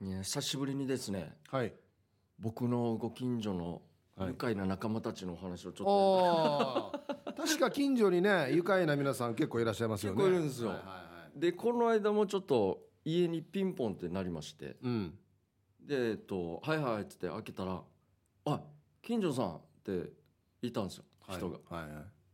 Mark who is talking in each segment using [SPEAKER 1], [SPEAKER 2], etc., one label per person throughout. [SPEAKER 1] ね久しぶりにですね
[SPEAKER 2] はい。
[SPEAKER 1] 僕のご近所の
[SPEAKER 2] はい
[SPEAKER 1] 愉快な仲間たちのお話をちょっと、
[SPEAKER 2] ああ。確か近所にね、愉快な皆さん結構いらっしゃいますよね。
[SPEAKER 1] 結構いるんですよ
[SPEAKER 2] はいはいはい
[SPEAKER 1] でこの間もちょっと家にピンポンってなりまして
[SPEAKER 2] うん。
[SPEAKER 1] でえっと「はいはい」っつって開けたら「あ近所さん」っていたんですよ
[SPEAKER 2] はい
[SPEAKER 1] 人が、
[SPEAKER 2] はいは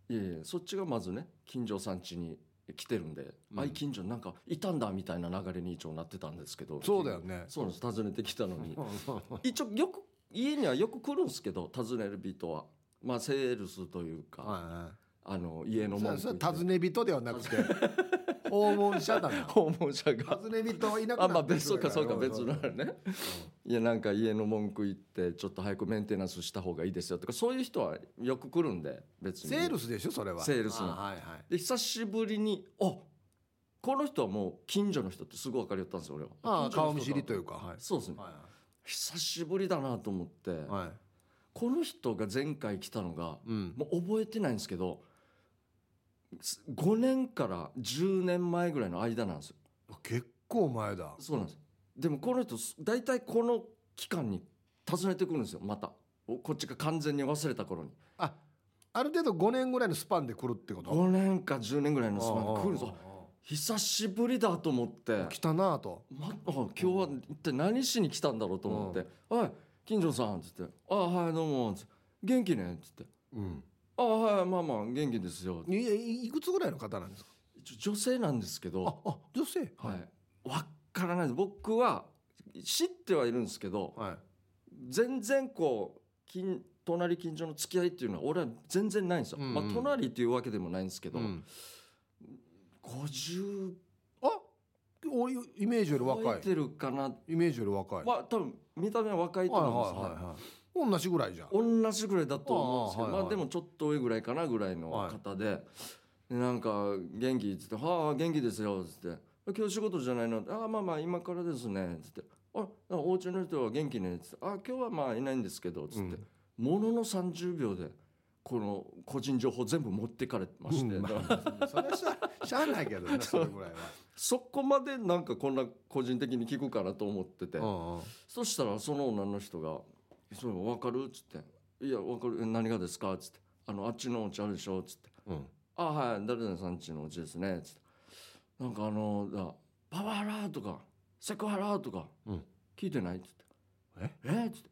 [SPEAKER 2] い。
[SPEAKER 1] い、やいやそっちがまずね近所さん家に来てるんで「
[SPEAKER 2] うん
[SPEAKER 1] あい近所なんかいたんだ」みたいな流れに一応なってたんですけど
[SPEAKER 2] そうだよ ね。
[SPEAKER 1] そうなんです訪ねてきたの に
[SPEAKER 2] そうそう
[SPEAKER 1] 一応よく家にはよく来るんですけど訪ねる人はまあセールスというか、
[SPEAKER 2] は
[SPEAKER 1] あの家の文
[SPEAKER 2] いはい。
[SPEAKER 1] 句言
[SPEAKER 2] そ
[SPEAKER 1] っ
[SPEAKER 2] れ
[SPEAKER 1] て
[SPEAKER 2] 尋ね人ではなく て訪問者だな。
[SPEAKER 1] 訪問者 が
[SPEAKER 2] 尋ね人いなくな
[SPEAKER 1] あ
[SPEAKER 2] って
[SPEAKER 1] まあ別そうか
[SPEAKER 2] る
[SPEAKER 1] そうか
[SPEAKER 2] ら
[SPEAKER 1] 別なのねいやなんか家の文句言ってちょっと早くメンテナンスした方がいいですよとかそういう人はよく来るんで別に
[SPEAKER 2] セールスでしょそれは。
[SPEAKER 1] セールスの
[SPEAKER 2] あはいはい。
[SPEAKER 1] で久しぶりにあこの人はもう近所の人ってすぐ分かりよったんですよ俺は
[SPEAKER 2] ああ顔見知りと
[SPEAKER 1] いう
[SPEAKER 2] いうかはい。
[SPEAKER 1] そうですね
[SPEAKER 2] は
[SPEAKER 1] 久しぶりだなと思って、
[SPEAKER 2] いはい。はい
[SPEAKER 1] この人が前回来たのが
[SPEAKER 2] うん。
[SPEAKER 1] もう覚えてないんですけどす5年から10年前ぐらいの間なんですよ
[SPEAKER 2] 結構前だ。
[SPEAKER 1] そうなんですでもこの人す大体この期間に訪ねてくるんですよまたおこっちが完全に忘れた頃に
[SPEAKER 2] あ、ある程度五年ぐらいのスパンで来るってこと。
[SPEAKER 1] 5年か10年ぐらいのスパンで来るんです
[SPEAKER 2] ああ
[SPEAKER 1] よ久しぶりだと思って、
[SPEAKER 2] ああ来たなあと。
[SPEAKER 1] ま、あ今日は一体何しに来たんだろうと思って「おい近所さん」っつって「ああはいどうも」つって元気ね」っつって
[SPEAKER 2] うん。
[SPEAKER 1] 「ああはいまあまあ元気ですよ
[SPEAKER 2] いやいいくつぐらいの方なんですか。」
[SPEAKER 1] 一応女性なんですけど
[SPEAKER 2] あ、あ、女性。
[SPEAKER 1] はい、わからないです僕は知ってはいるんですけど、
[SPEAKER 2] はい。
[SPEAKER 1] 全然こう近隣近所の付き合いっていうのは俺は全然ないんですよ、
[SPEAKER 2] うんうん
[SPEAKER 1] まあ、隣っていうわけでもないんですけど、
[SPEAKER 2] うん
[SPEAKER 1] 50
[SPEAKER 2] あ、おいイメージより
[SPEAKER 1] 超
[SPEAKER 2] 若
[SPEAKER 1] え
[SPEAKER 2] い。
[SPEAKER 1] てるかな、
[SPEAKER 2] イメージより若い。はい
[SPEAKER 1] は多分見た目は若いと
[SPEAKER 2] はい
[SPEAKER 1] 思うんですね、
[SPEAKER 2] はいはい。同じぐらいじゃん。
[SPEAKER 1] 同じぐらいだと思うんですけど
[SPEAKER 2] ああはいはい
[SPEAKER 1] まあ、でもちょっと上ぐらいかなぐらいの方で、でなんか「元気?」っつって「はあ元気ですよ」っつって「今日仕事じゃないの?」って「ああまあまあ今からですね」っつって「あお家の人は元気ね」っつって「あ今日はまあいないんですけど」っつって、ものの30秒でこの個人情報全部持ってかれまして、
[SPEAKER 2] うんま
[SPEAKER 1] だから
[SPEAKER 2] あそれはしゃしゃあないけどね。それぐらいは。
[SPEAKER 1] そこまでなんかこんな個人的に聞くかなと思ってて、
[SPEAKER 2] うんうん
[SPEAKER 1] そしたらその女の人が「それ分かる?」っつって「いや分かるえ何がですか?」っつって「あのあっちのお家あるでしょ?」っつって
[SPEAKER 2] うん。
[SPEAKER 1] 「あはい誰々さんちのお家ですね」っつってなんかあのだパワハラとかセクハラとか
[SPEAKER 2] うん
[SPEAKER 1] 聞いてないっつって
[SPEAKER 2] え
[SPEAKER 1] 「えっ?」つって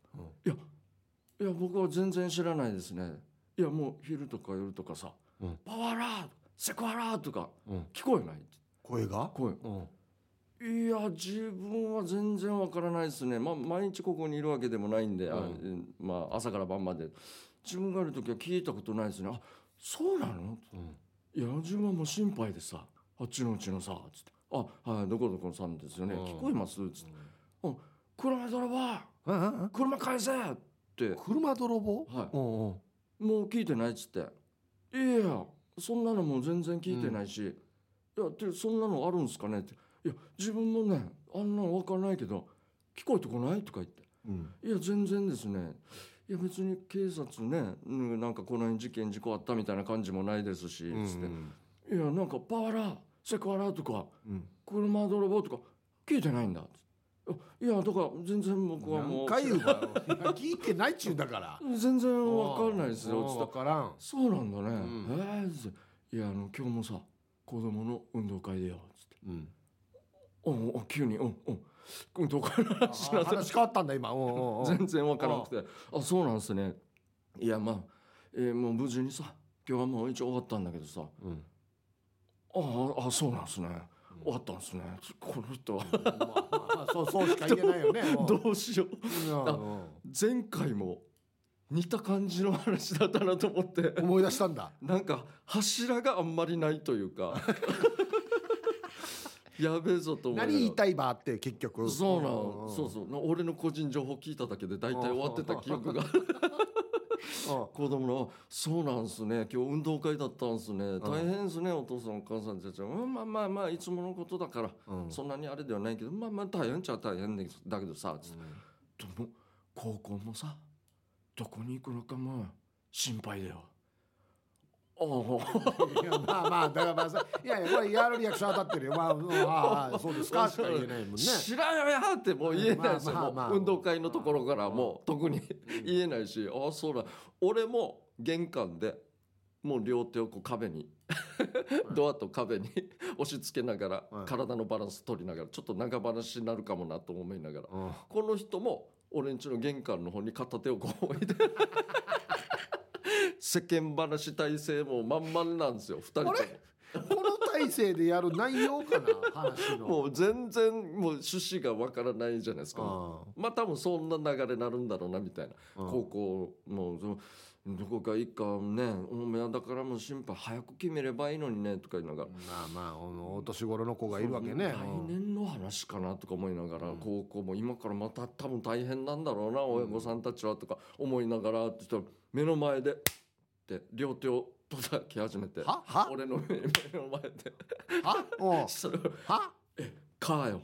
[SPEAKER 1] 「いやいや僕は全然知らないですねいやもう昼とか夜とかさ、
[SPEAKER 2] うん
[SPEAKER 1] パワハラセクハラとか
[SPEAKER 2] うん
[SPEAKER 1] 聞こえない?」って
[SPEAKER 2] 声が。
[SPEAKER 1] 声
[SPEAKER 2] うん。
[SPEAKER 1] いや自分は全然わからないですね、まあ、毎日ここにいるわけでもないんで、あ
[SPEAKER 2] うん
[SPEAKER 1] えまあ、朝から晩まで自分がいる時は聞いたことないですねあそうなの
[SPEAKER 2] うん。
[SPEAKER 1] いや自分はもう心配でさあっちのうちのさつって「あはいどこどこさんですよね、
[SPEAKER 2] うん
[SPEAKER 1] 聞こえます?」つって「車泥棒
[SPEAKER 2] うんうんうん。
[SPEAKER 1] 車返せ!」って
[SPEAKER 2] 車泥棒。
[SPEAKER 1] はい
[SPEAKER 2] うんうん。
[SPEAKER 1] もう聞いてないっつって「いやいやそんなのもう全然聞いてないし、いやってそんなのあるんすかね?」って「いや自分もねあんなの分からないけど聞こえてこない?」とか言って
[SPEAKER 2] うん。
[SPEAKER 1] 「いや全然ですねいや別に警察ねうんなんかこの辺事件事故あったみたいな感じもないですし」
[SPEAKER 2] うん
[SPEAKER 1] つって「いやなんかパワハラセクハラとか
[SPEAKER 2] うん。
[SPEAKER 1] 車泥棒とか聞いてないんだ」つっていやだから全然僕はも
[SPEAKER 2] 何
[SPEAKER 1] う
[SPEAKER 2] 回言うかよいや聞いてないっちゅうんだ から
[SPEAKER 1] 全然分かんないですよ」つって
[SPEAKER 2] 分からん
[SPEAKER 1] そうなんだね。
[SPEAKER 2] う
[SPEAKER 1] ええいやあの今日もさ子供の運動会でよつって。
[SPEAKER 2] うん
[SPEAKER 1] うんうん急にうんうん運動会の話になって
[SPEAKER 2] 話変わったんだ今うんうんうん
[SPEAKER 1] 全然わからなくてあそうなんですね。いやまあ、えーもう無事にさ今日はもう一応終わったんだけどさ
[SPEAKER 2] うん
[SPEAKER 1] あああそうなんですね。終わったんですね。この人は
[SPEAKER 2] まあまあそうそうしか言えないよねう ん
[SPEAKER 1] どうしよう。
[SPEAKER 2] うんうん
[SPEAKER 1] 前回も似た感じの話だったなと思って。
[SPEAKER 2] 思い出したんだ
[SPEAKER 1] なんか柱があんまりないというか やべえぞと思いながら
[SPEAKER 2] 何言いたいばって結局
[SPEAKER 1] そうなん
[SPEAKER 2] んん
[SPEAKER 1] そうそうな俺の個人情報聞いただけで大体終わってた記 憶が
[SPEAKER 2] うん
[SPEAKER 1] 子供の「そうなんすね今日運動会だったんすね大変ですねお父さんお母さん」って言ってうんまあまあまあいつものことだから、
[SPEAKER 2] うん
[SPEAKER 1] そんなにあれではないけどまあまあ大変っちゃ大変だけどさ」つってでも高校もさどこに行くのかも心配だよ。あおう
[SPEAKER 2] いやまあまあだからまあさいやいやこれやるリアクション当たってるよまあ、うんああそうですかしか言えないもん ね
[SPEAKER 1] 知らんやってもう言えないですよ、
[SPEAKER 2] まあまあまあ
[SPEAKER 1] もう運動会のところからもう特に言えないし、ああそうだ俺も玄関でもう両手をこう壁にドアと壁に 押し付けなが
[SPEAKER 2] は
[SPEAKER 1] ら
[SPEAKER 2] い
[SPEAKER 1] 体のバランス取りながらちょっと長話になるかもなと思いながら
[SPEAKER 2] うん
[SPEAKER 1] この人も俺んちの玄関の方に片手をこう 置いて世間話体制も満々なんですよ2人とも
[SPEAKER 2] あれこの体勢でやる内容かな話の
[SPEAKER 1] もう全然もう趣旨がわからないじゃないですか
[SPEAKER 2] あ
[SPEAKER 1] まあ多分そんな流れになるんだろうなみたいな、
[SPEAKER 2] あうん
[SPEAKER 1] 高校もうそのどこかいいかねお前だからもう心配早く決めればいいのにねとか言いながら。
[SPEAKER 2] まあまあおのお年頃の子がいるわけね
[SPEAKER 1] 来年の話かなとか思いながら、高校も今からまた多分大変なんだろうな、親御さんたちはとか思いながらって言ったら目の前でって両手を叩き始めて
[SPEAKER 2] はは
[SPEAKER 1] 俺の目目の前で
[SPEAKER 2] はおう
[SPEAKER 1] それを
[SPEAKER 2] は
[SPEAKER 1] か よ。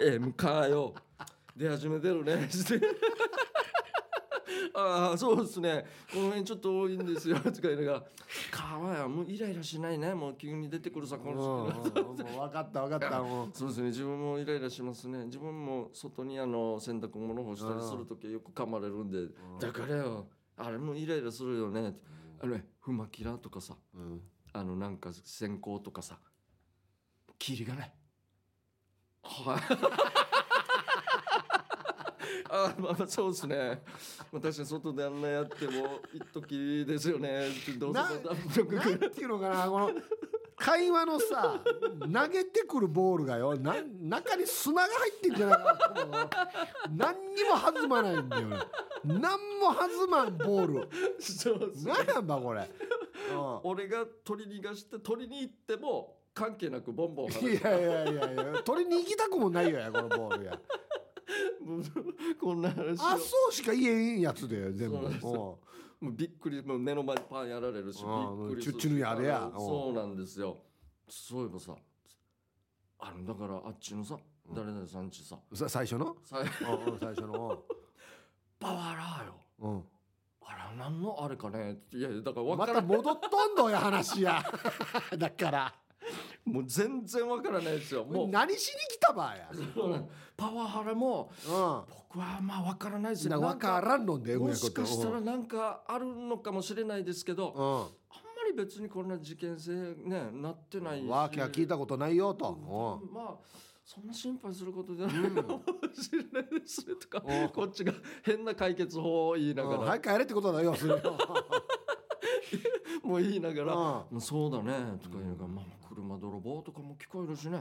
[SPEAKER 1] え、かよ。出始めてるね。 してああ、そうですね。この辺ちょっと多いんですよ。とか言いながら。かわや、もうイライラしないね。もう急に出てくるさ、
[SPEAKER 2] う
[SPEAKER 1] こ
[SPEAKER 2] ん
[SPEAKER 1] の人。
[SPEAKER 2] うんうんもう分かった分かったもう
[SPEAKER 1] そうですね。自分もイライラしますね。自分も外にあの洗濯物干したりするときよく噛まれるんで。だからよ。あれもイライラするよね。あれ、ふまきらとかさ。
[SPEAKER 2] うん
[SPEAKER 1] あのなんか線香とかさキリがない はいあまあまあそうですねまあ確かに外であんなやっても一時ですよねどうせ
[SPEAKER 2] ななんていうのかなこの会話のさ投げてくるボールがよな中に砂が入ってんじゃないかなと思うよ何にも弾まないんだよね何も弾まんボール
[SPEAKER 1] そうっす
[SPEAKER 2] 何やんばこれ、う
[SPEAKER 1] 俺が取り逃がして取りに行っても関係なくボンボン
[SPEAKER 2] ん、い
[SPEAKER 1] 話
[SPEAKER 2] やいやいやいや取りに行きたくもないよやこのボールや
[SPEAKER 1] もうこんな話
[SPEAKER 2] あ
[SPEAKER 1] を
[SPEAKER 2] そうしか言えんやつだよ全部
[SPEAKER 1] そうです
[SPEAKER 2] うん
[SPEAKER 1] もうびっくりもう目の前でパンやられるしび
[SPEAKER 2] ああ
[SPEAKER 1] っくりする
[SPEAKER 2] チュッチュのやれや
[SPEAKER 1] あの
[SPEAKER 2] うん
[SPEAKER 1] そうなんですよそういえばさあのだからあっちのさ誰々さんちさ
[SPEAKER 2] さ最初の
[SPEAKER 1] さ
[SPEAKER 2] うんうん最初の
[SPEAKER 1] パワーラーよ
[SPEAKER 2] うんうん
[SPEAKER 1] あら何のあれかねいやいやだから分か
[SPEAKER 2] また
[SPEAKER 1] らん、
[SPEAKER 2] 戻っとんのや話や だから
[SPEAKER 1] もう全然分からないですよもう
[SPEAKER 2] 何しに来たばや
[SPEAKER 1] そうなんパワハラも
[SPEAKER 2] う
[SPEAKER 1] 僕はまあ分からないです
[SPEAKER 2] ん。な
[SPEAKER 1] よ
[SPEAKER 2] わかららんのんで、英語
[SPEAKER 1] も
[SPEAKER 2] やこ
[SPEAKER 1] し
[SPEAKER 2] と
[SPEAKER 1] かしたらなんかあるのかもしれないですけどあんま
[SPEAKER 2] う
[SPEAKER 1] り別にこんな事件性ねなってないし
[SPEAKER 2] ん。わけは聞いたことないよと。
[SPEAKER 1] まあそんな心配することじゃないかもしれないですねとか、
[SPEAKER 2] うん
[SPEAKER 1] こっちが変な解決法を言いな
[SPEAKER 2] うん。
[SPEAKER 1] がら、
[SPEAKER 2] うん早く帰れってことだよ、そ れよ。
[SPEAKER 1] もう言いなが
[SPEAKER 2] う
[SPEAKER 1] ら、
[SPEAKER 2] ん
[SPEAKER 1] もうそうだねとか言うのが、まあまあ車泥棒とかも聞こえるしね、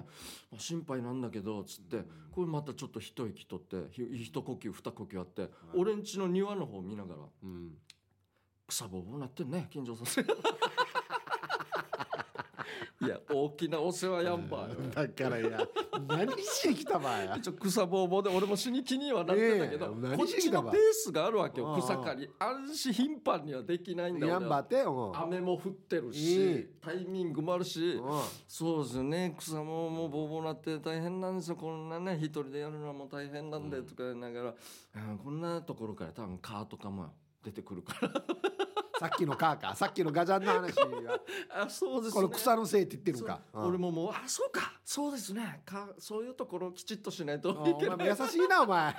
[SPEAKER 1] まあ、心配なんだけどつってこれまたちょっと一息取ってひ一呼吸二呼吸あって、俺んちの庭の方見ながら
[SPEAKER 2] うん。
[SPEAKER 1] 草ぼうぼうなってんね近所さん いや大きなお世話やんばよ
[SPEAKER 2] だからいや、何しに来たば や。
[SPEAKER 1] 一応草ぼうぼうで俺も死に気にはなってんだけど、
[SPEAKER 2] ねえ何
[SPEAKER 1] こっちのペースがあるわけ
[SPEAKER 2] あ
[SPEAKER 1] よ
[SPEAKER 2] あ
[SPEAKER 1] 草刈り安心頻繁にはできないんだ
[SPEAKER 2] や
[SPEAKER 1] よ
[SPEAKER 2] んばって、うん。うん。
[SPEAKER 1] 雨も降ってる
[SPEAKER 2] いい
[SPEAKER 1] しタイミングもあるしそうですよね草ももうボーボーなって大変なんですよこんなね一人でやるのはもう大変なんでとか言いながら、うんこんなところから多分カーとかも出てくる から
[SPEAKER 2] さっきのカーか、さっきのガジャンの話は。
[SPEAKER 1] あそうです
[SPEAKER 2] こ
[SPEAKER 1] ね
[SPEAKER 2] の草のせいって言ってるん
[SPEAKER 1] そう
[SPEAKER 2] か。うん
[SPEAKER 1] 俺ももうあそうかそうですねかそういうところをきちっとしないと
[SPEAKER 2] うん
[SPEAKER 1] いけ
[SPEAKER 2] お
[SPEAKER 1] ない
[SPEAKER 2] 前優しいな、お前。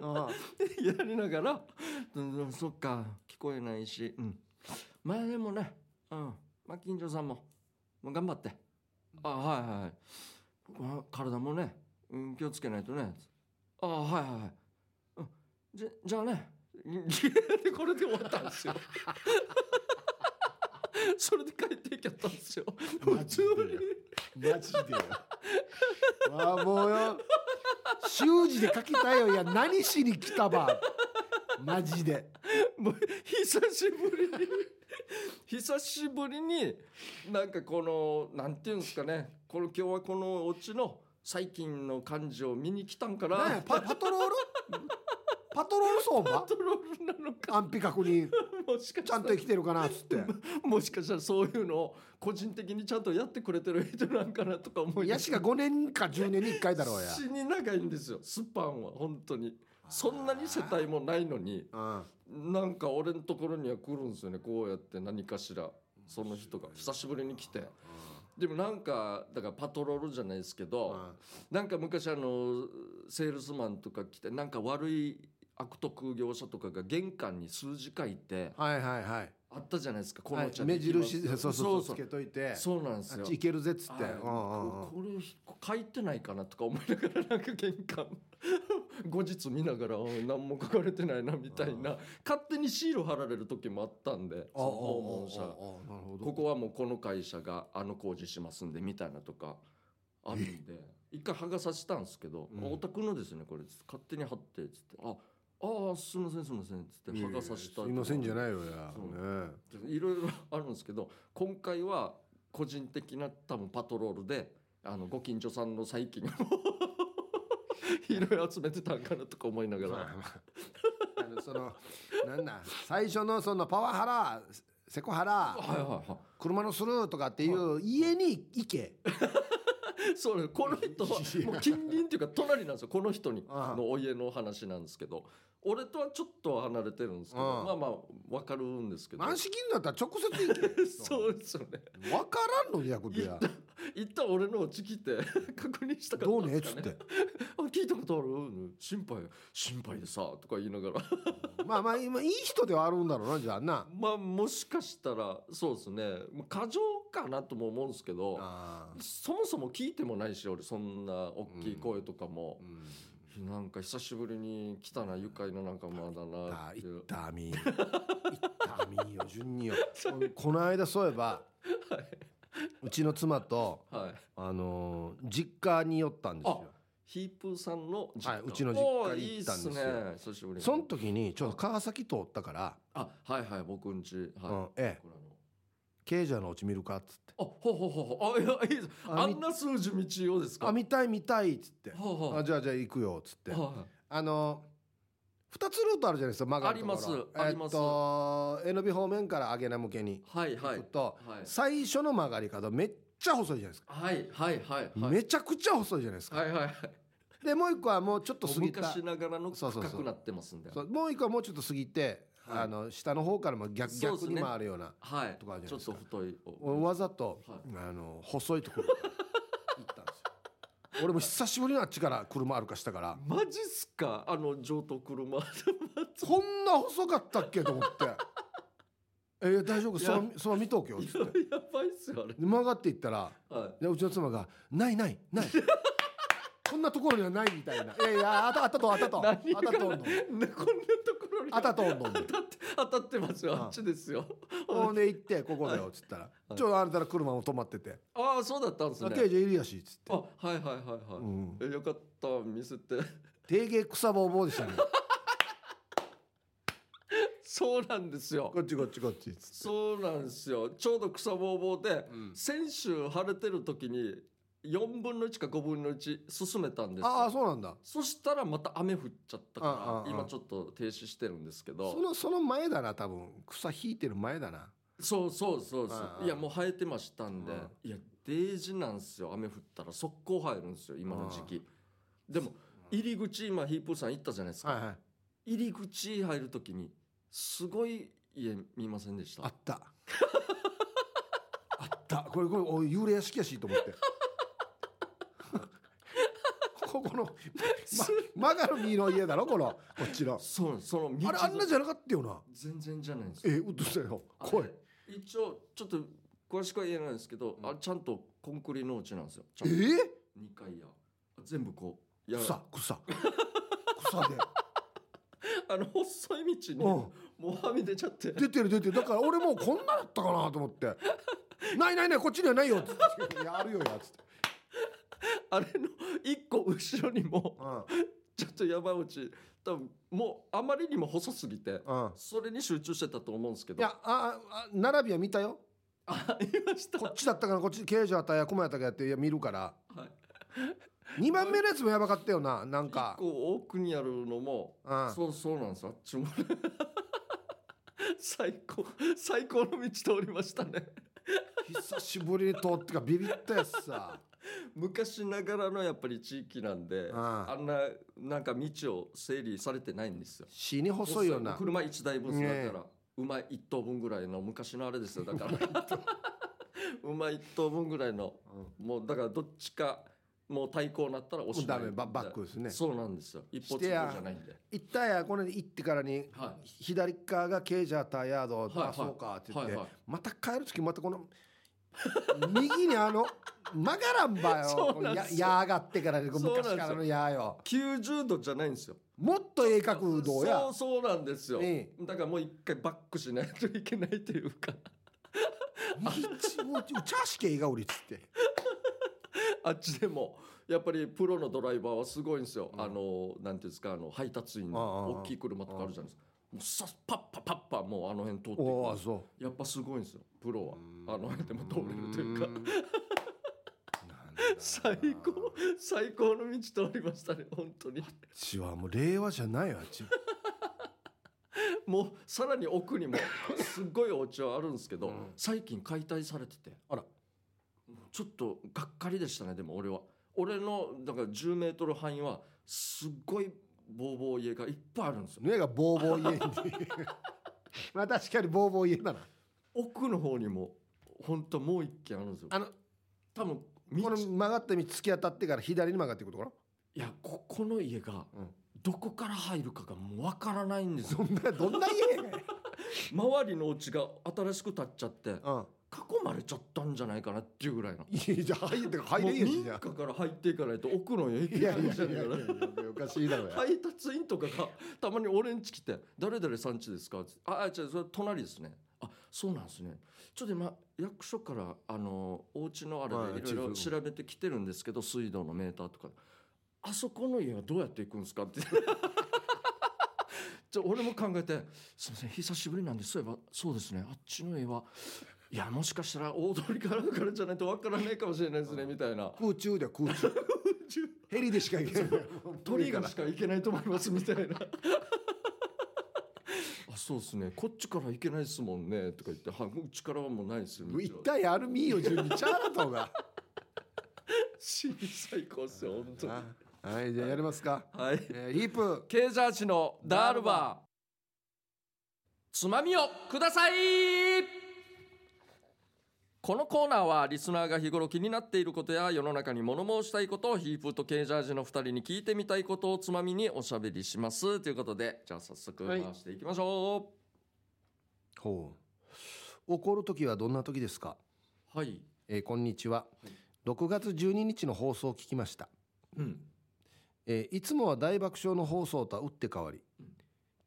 [SPEAKER 2] うんうん
[SPEAKER 1] やりながら、うんうんそっか、聞こえないし、うん。まあでもね、うん。まあ近所さんも、もう頑張って。あ、はいはい。まあ体もね、うん、気をつけないとね。あ、はいはいはい。うん、じゃ、じゃあね。で、これで終わったんですよ。 それで帰っていきゃったんですよ。普
[SPEAKER 2] マ
[SPEAKER 1] 通
[SPEAKER 2] ジ
[SPEAKER 1] に
[SPEAKER 2] で。マジでよ。ああもうよ。習字で書きたいよ。いや、何しに来たば。マジで。
[SPEAKER 1] もう久しぶりに 久しぶりになんかこのなんていうんですかねこの今日はこのおちの最近の感じを見に来たんかな、
[SPEAKER 2] ねえパパトロールパトロール相
[SPEAKER 1] パ
[SPEAKER 2] 場
[SPEAKER 1] トロールなのか
[SPEAKER 2] 安否確認。
[SPEAKER 1] もしかし
[SPEAKER 2] ちゃ
[SPEAKER 1] た
[SPEAKER 2] ん
[SPEAKER 1] ら
[SPEAKER 2] と生きてるかなっつって。
[SPEAKER 1] もしかしたらそういうのを個人的にちゃんとやってくれてる人なんかなとか思い
[SPEAKER 2] ヤシが5年か10年に1回だろうや。
[SPEAKER 1] 死に長いんですよスパンは本当にそんなに世帯もないのに
[SPEAKER 2] うん
[SPEAKER 1] なんか俺のところには来るんですよねこうやって何かしらその人が久しぶりに来てでもなんかだからパトロールじゃないですけ
[SPEAKER 2] うん
[SPEAKER 1] どなんか昔あのセールスマンとか来てなんか悪い悪徳業者とかが玄関に数字書いて
[SPEAKER 2] はいはいはい
[SPEAKER 1] あったじゃないですかこ
[SPEAKER 2] は
[SPEAKER 1] の
[SPEAKER 2] い
[SPEAKER 1] 茶
[SPEAKER 2] 目印
[SPEAKER 1] でき
[SPEAKER 2] そう
[SPEAKER 1] ます
[SPEAKER 2] そうそ
[SPEAKER 1] そ
[SPEAKER 2] うつ
[SPEAKER 1] うそ
[SPEAKER 2] け
[SPEAKER 1] う
[SPEAKER 2] といて
[SPEAKER 1] そうなんです
[SPEAKER 2] あっ
[SPEAKER 1] よ
[SPEAKER 2] ち行けるぜっつって
[SPEAKER 1] はいこ
[SPEAKER 2] うんうんう
[SPEAKER 1] こ
[SPEAKER 2] ん
[SPEAKER 1] れこ書いてないかなとか思いながらなんか玄関 後日見ながらおい何も書かれてないなみたいな勝手にシール貼られる時もあったんで
[SPEAKER 2] あああああああ
[SPEAKER 1] その
[SPEAKER 2] あ
[SPEAKER 1] 訪問者
[SPEAKER 2] なるほど
[SPEAKER 1] ここはもうこの会社があの工事しますんでみたいなとかあるんで一回剥がさせたんですけど「
[SPEAKER 2] うん
[SPEAKER 1] お宅のですねこれ」勝手に貼って」っつって「あああすいませんすいません」っつって剥がさせた
[SPEAKER 2] すいませんじゃ
[SPEAKER 1] い
[SPEAKER 2] ないよや
[SPEAKER 1] そう
[SPEAKER 2] ね
[SPEAKER 1] いろいろあるんですけど今回は個人的な多分パトロールであのご近所さんの細菌を いろいろ集めてたんかなとか思いなが
[SPEAKER 2] まあ
[SPEAKER 1] ら
[SPEAKER 2] まああのそのなんだ最初のそのパワハラセコ
[SPEAKER 1] 「は
[SPEAKER 2] ハ
[SPEAKER 1] い
[SPEAKER 2] ラ
[SPEAKER 1] はいは
[SPEAKER 2] 車のスルーとかっていう家に行け
[SPEAKER 1] い」そうねこの人はもう近隣っていうか隣なんですよこの人に
[SPEAKER 2] ああ
[SPEAKER 1] のお家の話なんですけど俺とはちょっと離れてるんですけ
[SPEAKER 2] あ
[SPEAKER 1] ど
[SPEAKER 2] あ
[SPEAKER 1] まあまあ分かるんですけど
[SPEAKER 2] 軟式になったら直接行け
[SPEAKER 1] そうですよね
[SPEAKER 2] わからんのヤクルトや
[SPEAKER 1] 一旦俺のうち来て確認したか
[SPEAKER 2] ど
[SPEAKER 1] っ
[SPEAKER 2] う
[SPEAKER 1] たん
[SPEAKER 2] ね
[SPEAKER 1] で
[SPEAKER 2] っ
[SPEAKER 1] す
[SPEAKER 2] つ
[SPEAKER 1] か
[SPEAKER 2] っ
[SPEAKER 1] ね
[SPEAKER 2] て
[SPEAKER 1] あ聞いたことあるうん心配心配でさとか言いながら
[SPEAKER 2] まあまあ今いい人ではあるんだろうなじゃあな
[SPEAKER 1] まあもしかしたらそうですねまあ過剰かなとも思うんですけど
[SPEAKER 2] あー
[SPEAKER 1] そもそも聞いてもないし俺そんな大きい声とかも
[SPEAKER 2] う、ん
[SPEAKER 1] なんか久しぶりに来たな愉快な仲間だな
[SPEAKER 2] あ
[SPEAKER 1] ってい
[SPEAKER 2] 行
[SPEAKER 1] う
[SPEAKER 2] ったみ行ったみよ順によこの間そういえばうちの妻と
[SPEAKER 1] はい
[SPEAKER 2] あのー実家に寄ったんですよ
[SPEAKER 1] ヒープーさんの実
[SPEAKER 2] はいうちの実家に行ったんですよ
[SPEAKER 1] おーいいっすね久しぶりに
[SPEAKER 2] その時にちょっと川崎通ったから
[SPEAKER 1] あはいはい僕んち
[SPEAKER 2] 「う
[SPEAKER 1] は
[SPEAKER 2] んえ
[SPEAKER 1] い、これあの
[SPEAKER 2] えケイジャーのおち見るか」っつって
[SPEAKER 1] あほうほうほうほうあいやいいです
[SPEAKER 2] あ
[SPEAKER 1] あんな数字道をです
[SPEAKER 2] 「
[SPEAKER 1] か
[SPEAKER 2] あ
[SPEAKER 1] は
[SPEAKER 2] 見たい見たい」っつって
[SPEAKER 1] あは
[SPEAKER 2] 「
[SPEAKER 1] あ
[SPEAKER 2] あじゃあじゃあ行くよ」っつって
[SPEAKER 1] は
[SPEAKER 2] あの2つルートあるじゃないですか曲がるところ
[SPEAKER 1] あります
[SPEAKER 2] え
[SPEAKER 1] あ
[SPEAKER 2] っ
[SPEAKER 1] ります
[SPEAKER 2] とえのび方面から上げな向けに
[SPEAKER 1] いは
[SPEAKER 2] 行
[SPEAKER 1] い
[SPEAKER 2] くと
[SPEAKER 1] はい
[SPEAKER 2] 最初の曲がり方めっちゃ細いじゃないですか
[SPEAKER 1] はいはいはいはい
[SPEAKER 2] めちゃくちゃ細いじゃないですか
[SPEAKER 1] はいはいはい
[SPEAKER 2] でもう一個はもうちょっと過ぎた
[SPEAKER 1] 昔ながらの
[SPEAKER 2] そう
[SPEAKER 1] 深
[SPEAKER 2] そうそう
[SPEAKER 1] くなってますんで
[SPEAKER 2] そうもう一個はもうちょっと過ぎて、
[SPEAKER 1] はい
[SPEAKER 2] あの下の方からも逆,、
[SPEAKER 1] そうっ
[SPEAKER 2] 逆
[SPEAKER 1] すね
[SPEAKER 2] に回るような
[SPEAKER 1] はい
[SPEAKER 2] とかあるじ
[SPEAKER 1] ち
[SPEAKER 2] ゃ
[SPEAKER 1] ょっ
[SPEAKER 2] ないです
[SPEAKER 1] と
[SPEAKER 2] か
[SPEAKER 1] 太い
[SPEAKER 2] 俺わざと、
[SPEAKER 1] は
[SPEAKER 2] あの細いところから行ったんですよ俺も久しぶりにあっちから車歩かしたから
[SPEAKER 1] マジっすかあの上等車
[SPEAKER 2] こんな細かったっけと 思って「え大丈夫
[SPEAKER 1] い
[SPEAKER 2] そ
[SPEAKER 1] や
[SPEAKER 2] ばそば見とくよ」っつって
[SPEAKER 1] やばいっすよあれ
[SPEAKER 2] で曲がっていったら
[SPEAKER 1] はい
[SPEAKER 2] でうちの妻が「ないない ない」こんなところにはないみたいな「いやいやあたあったとあったとあ
[SPEAKER 1] 何
[SPEAKER 2] ったとんどん
[SPEAKER 1] なこんなところに
[SPEAKER 2] あたとんどん」
[SPEAKER 1] 当たって当たってますよ
[SPEAKER 2] ああ
[SPEAKER 1] あっちですよ
[SPEAKER 2] ほんで行って「ここだよ」っつったら「
[SPEAKER 1] い
[SPEAKER 2] ちょうどあなたの車も止まってて」
[SPEAKER 1] ああそうだったんです
[SPEAKER 2] あ刑
[SPEAKER 1] ね
[SPEAKER 2] 事いるやし」っつって
[SPEAKER 1] あはいはいはいはい、
[SPEAKER 2] うん
[SPEAKER 1] えよかった見せて
[SPEAKER 2] 「定芸草ぼうぼうでしたね
[SPEAKER 1] そうなんですよ
[SPEAKER 2] こっちこっちこっち」っつって。
[SPEAKER 1] そうなんですよちょうど草ぼうぼうで、
[SPEAKER 2] うん
[SPEAKER 1] 先週晴れてる時に4分の1か5分の1進めたんですよ
[SPEAKER 2] ああそうなんだ
[SPEAKER 1] そしたらまた雨降っちゃったから
[SPEAKER 2] ああああ
[SPEAKER 1] 今ちょっと停止してるんですけど
[SPEAKER 2] そのその前だな多分草引いてる前だな
[SPEAKER 1] そうそうそうそう
[SPEAKER 2] ああ
[SPEAKER 1] いやもう生えてましたんで
[SPEAKER 2] ああ
[SPEAKER 1] いやデージなんですよ雨降ったら速攻生えるんですよ今の時期でも入り口今ヒープーさん行ったじゃないですか、
[SPEAKER 2] はいはい
[SPEAKER 1] 入り口入る時にすごい家見ませんでした
[SPEAKER 2] あった あったこれこれおい幽霊屋敷やしと思って ここの、ま、曲がる右の家だろこのこっちの
[SPEAKER 1] そうなんですその道
[SPEAKER 2] あれあんなじゃなかったよな
[SPEAKER 1] 全然じゃないんですよ
[SPEAKER 2] えうっとしたよ怖い
[SPEAKER 1] あれ一応ちょっと詳しくは言えないんですけど、
[SPEAKER 2] うん
[SPEAKER 1] あちゃんとコンクリのうちなんですよちゃ
[SPEAKER 2] え
[SPEAKER 1] んと
[SPEAKER 2] ー、
[SPEAKER 1] 二階や全部こういや
[SPEAKER 2] 草 草草で
[SPEAKER 1] あの細い道に
[SPEAKER 2] う
[SPEAKER 1] も
[SPEAKER 2] ん
[SPEAKER 1] うはみ出ちゃって
[SPEAKER 2] 出てる出てるだから俺もうこんなだったかなと思って「ないないないこっちにはないよ」つって「いやあるよや」つって、
[SPEAKER 1] あれの一個後ろにも
[SPEAKER 2] うん
[SPEAKER 1] ちょっと山内多分もうあまりにも細すぎて
[SPEAKER 2] うん、
[SPEAKER 1] それに集中してたと思うんですけ
[SPEAKER 2] い
[SPEAKER 1] ど
[SPEAKER 2] やあああ並びは見たよ
[SPEAKER 1] あいました
[SPEAKER 2] こっちだったかなこっち刑事あったや駒やったかやっていや見 るから
[SPEAKER 1] はい
[SPEAKER 2] 2番目のやつもやばかったよななん
[SPEAKER 1] 一
[SPEAKER 2] か
[SPEAKER 1] 個奥にあるのも
[SPEAKER 2] うん
[SPEAKER 1] そうそうなんですよあっちも 最高最高の道通りましたね
[SPEAKER 2] 久しぶりに通ってかビビったやつさ
[SPEAKER 1] 昔ながらのやっぱり地域なんで
[SPEAKER 2] ああ
[SPEAKER 1] あんななんか道を整理されてないんですよ
[SPEAKER 2] 死に細いよ
[SPEAKER 1] もう
[SPEAKER 2] な
[SPEAKER 1] 車一台分だ
[SPEAKER 2] ね
[SPEAKER 1] か
[SPEAKER 2] え
[SPEAKER 1] ら馬一頭分ぐらいの昔のあれですよだから 馬一頭分ぐらいのもうだからどっちかもう対抗なったらおしまい
[SPEAKER 2] ダメババックですね
[SPEAKER 1] そうなんですよ一歩
[SPEAKER 2] して
[SPEAKER 1] 通行じ
[SPEAKER 2] や
[SPEAKER 1] ゃないんで
[SPEAKER 2] 行ったやこの行ってからに
[SPEAKER 1] は
[SPEAKER 2] 左側がケージャーターヤード、
[SPEAKER 1] はいはい
[SPEAKER 2] あそうかって言って、
[SPEAKER 1] はいはい
[SPEAKER 2] また帰る時またこの右に あの曲がらんば
[SPEAKER 1] そうな
[SPEAKER 2] よ
[SPEAKER 1] ん
[SPEAKER 2] や
[SPEAKER 1] ですよ
[SPEAKER 2] や上がってからねこう
[SPEAKER 1] そうなんです
[SPEAKER 2] 昔
[SPEAKER 1] よ
[SPEAKER 2] からのやよ
[SPEAKER 1] 90度じゃないんですよ
[SPEAKER 2] もっと鋭角どうや
[SPEAKER 1] そうそうなんですよ、
[SPEAKER 2] え
[SPEAKER 1] だからもう一回バックしないといけないというか
[SPEAKER 2] 道もう打ちゃしけいがおりっつって
[SPEAKER 1] あっちでもやっぱりプロのドライバーはすごいんですよ、あのなんていうんですかあの配達員
[SPEAKER 2] ああああ
[SPEAKER 1] の大きい車とかあるじゃないですかもうさパッパパッパもうあの辺通っていく
[SPEAKER 2] おおそ
[SPEAKER 1] やっぱすごいんですよプロはあ
[SPEAKER 2] う
[SPEAKER 1] の辺でも通れるというか
[SPEAKER 2] ーんなんだろうな
[SPEAKER 1] 最高最高の道通りましたね本当に
[SPEAKER 2] うちはもう令和じゃないわうち
[SPEAKER 1] もうさらに奥 にもすっごいお家はあるんですけど、
[SPEAKER 2] うん
[SPEAKER 1] 最近解体されてて
[SPEAKER 2] あら
[SPEAKER 1] ちょっとがっかりでしたねでも俺は俺のだから1 0ル範囲はすっごいボーボー家がいっぱいあるんですよ
[SPEAKER 2] 目がボーボー家に まあ確かにボーボー家だな
[SPEAKER 1] 奥の方にも本当もう一軒あるんですよ
[SPEAKER 2] あの
[SPEAKER 1] 多分
[SPEAKER 2] この
[SPEAKER 1] 道
[SPEAKER 2] 曲がった道突き当たってから左に曲がっていくところ
[SPEAKER 1] いやここの家が
[SPEAKER 2] うん
[SPEAKER 1] どこから入るかがもうわからないんです よ
[SPEAKER 2] どんなどんな家やねん
[SPEAKER 1] 周りのお家が新しく建っちゃって囲
[SPEAKER 2] うん
[SPEAKER 1] まれちゃったんじゃないかなっていうぐらいの
[SPEAKER 2] いいじゃん入って入れんやしじ
[SPEAKER 1] もう民家
[SPEAKER 2] ゃ
[SPEAKER 1] から入っていかないと奥の家行
[SPEAKER 2] んい
[SPEAKER 1] け
[SPEAKER 2] や
[SPEAKER 1] ないい
[SPEAKER 2] や
[SPEAKER 1] じゃない
[SPEAKER 2] いや
[SPEAKER 1] か
[SPEAKER 2] い
[SPEAKER 1] な
[SPEAKER 2] やおかしいだろや、
[SPEAKER 1] 配達員とかがたまに俺ん家来て「誰々さん家ですか?」って「ああ違うそれ隣ですね」あそうなんですねちょっと今役所からあのお家のあ
[SPEAKER 2] はい
[SPEAKER 1] れでいろいろ
[SPEAKER 2] 地図
[SPEAKER 1] 調べてきてるんですけど水道のメーターとか「あそこの家はどうやって行くんですか?」って じゃ俺も考えて「すみません久しぶりなんでそういえばそうですねあっちの家はいやもしかしたら大通りからからじゃないとわからないかもしれないですね」みたいな
[SPEAKER 2] 空中で空中ヘリでしか行けない
[SPEAKER 1] 鳥がしか行けないと思いますみたいな。 あそうですねこっちから行けないですもんねとか言ってはうちからはもうないですよ道は
[SPEAKER 2] 一体アルミーよ順にチャーラトが
[SPEAKER 1] 死に最高っすよ本当に
[SPEAKER 2] はいじゃあやりますか、
[SPEAKER 1] はい
[SPEAKER 2] えー、ヒープ
[SPEAKER 1] ケージャーチのダールバーつまみをくださいこのコーナーはリスナーが日頃気になっていることや世の中に物申したいことをヒープーとケージャージの2人に聞いてみたいことをつまみにおしゃべりしますということでじゃあ早速
[SPEAKER 2] は
[SPEAKER 1] 回
[SPEAKER 2] い
[SPEAKER 1] していきましょ
[SPEAKER 2] ほう怒る時はどんな時ですか、
[SPEAKER 1] うはい、
[SPEAKER 2] えー、こんにちは
[SPEAKER 1] はい
[SPEAKER 2] 6月12日の放送を聞きました
[SPEAKER 1] うん、
[SPEAKER 2] えーいつもは大爆笑の放送とは打って変わり
[SPEAKER 1] うん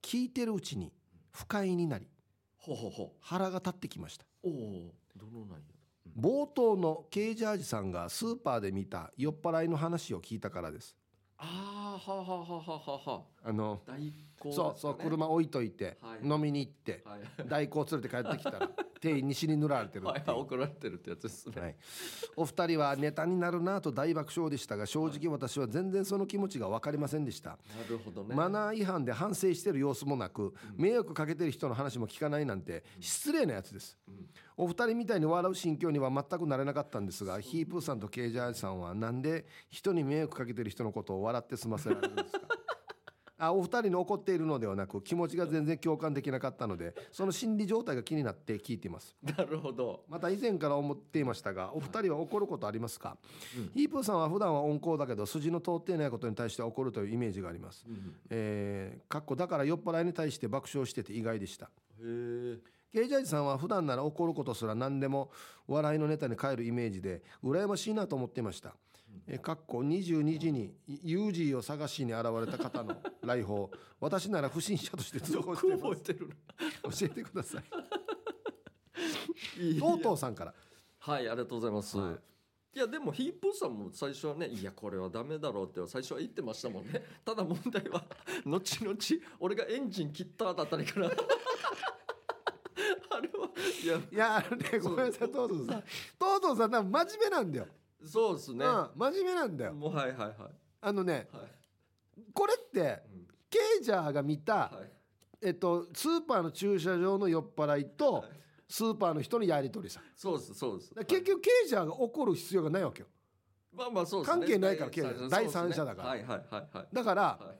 [SPEAKER 2] 聞いてるうちに不快になり
[SPEAKER 1] ほうほうほ
[SPEAKER 2] 腹が立ってきました
[SPEAKER 1] うおおどの内
[SPEAKER 2] 冒頭のケージャージさんがスーパーで見た酔っ払いの話を聞いたからです
[SPEAKER 1] ああはあはあはあはあはあ
[SPEAKER 2] あの
[SPEAKER 1] 大根
[SPEAKER 2] そうそう車置いといて
[SPEAKER 1] はい
[SPEAKER 2] 飲みに行って
[SPEAKER 1] はい
[SPEAKER 2] 代行連れて帰ってきた ら店員に死に塗られて る
[SPEAKER 1] は
[SPEAKER 2] っ
[SPEAKER 1] い
[SPEAKER 2] てい
[SPEAKER 1] はいう怒られてるってやつですね、
[SPEAKER 2] はい、お二人はネタになるなぁと大爆笑でしたが正直私は全然その気持ちが分かりませんでした
[SPEAKER 1] なるほどね
[SPEAKER 2] マナー違反で反省してる様子もなく、迷惑かけてる人の話も聞かないなんて失礼なやつです、
[SPEAKER 1] ん
[SPEAKER 2] お二人みたいに笑う心境には全くなれなかったんですがヒープーさんとケージャージさんはなんで人に迷惑かけてる人のことを笑って済ませられるんです かあお二人に怒っているのではなく気持ちが全然共感できなかったのでその心理状態が気になって聞いています
[SPEAKER 1] なるほど
[SPEAKER 2] また以前から思っていましたがお二人は怒ることありますか、ヒープーさんは普段は温厚だけど筋の通っていないことに対しては怒るというイメージがあります、えーかっこだから酔っ払いに対して爆笑してて意外でした
[SPEAKER 1] へえ
[SPEAKER 2] ケイジャージさんは普段なら怒ることすら何でも笑いのネタに変えるイメージで羨ましいなと思っていました、えーかっこ22時にユージーを探しに現れた方の来訪私なら不審者として通
[SPEAKER 1] よ
[SPEAKER 2] 報
[SPEAKER 1] く
[SPEAKER 2] してい
[SPEAKER 1] 覚
[SPEAKER 2] ま
[SPEAKER 1] えてる
[SPEAKER 2] す教えてください
[SPEAKER 1] ないい
[SPEAKER 2] とうとうさんから
[SPEAKER 1] はいありがとうございます、
[SPEAKER 2] はい
[SPEAKER 1] いやでもヒープーさんも最初はねいやこれはダメだろうって最初は言ってましたもんね ただ問題は後々俺がエンジン切ったあたりから あれはいや
[SPEAKER 2] いやあのねごめんなさいとうとうさんとうとうさん多分真面目なんだよ、
[SPEAKER 1] そうですね、
[SPEAKER 2] うん真面目なんだよ
[SPEAKER 1] もうはいはいはい
[SPEAKER 2] あのね
[SPEAKER 1] はい
[SPEAKER 2] これって
[SPEAKER 1] うん
[SPEAKER 2] ケイジャーが見た、
[SPEAKER 1] はい
[SPEAKER 2] えっと、スーパーの駐車場の酔っ払いとスーパーの人のやり取りさ
[SPEAKER 1] そうですそうです
[SPEAKER 2] だから結局ケイジャーが怒る必要がないわけよ
[SPEAKER 1] まあまあそうですね
[SPEAKER 2] 関係ないから経
[SPEAKER 1] そうです
[SPEAKER 2] 済
[SPEAKER 1] ね
[SPEAKER 2] 第三者だから
[SPEAKER 1] はいはいはいはい
[SPEAKER 2] だから
[SPEAKER 1] はい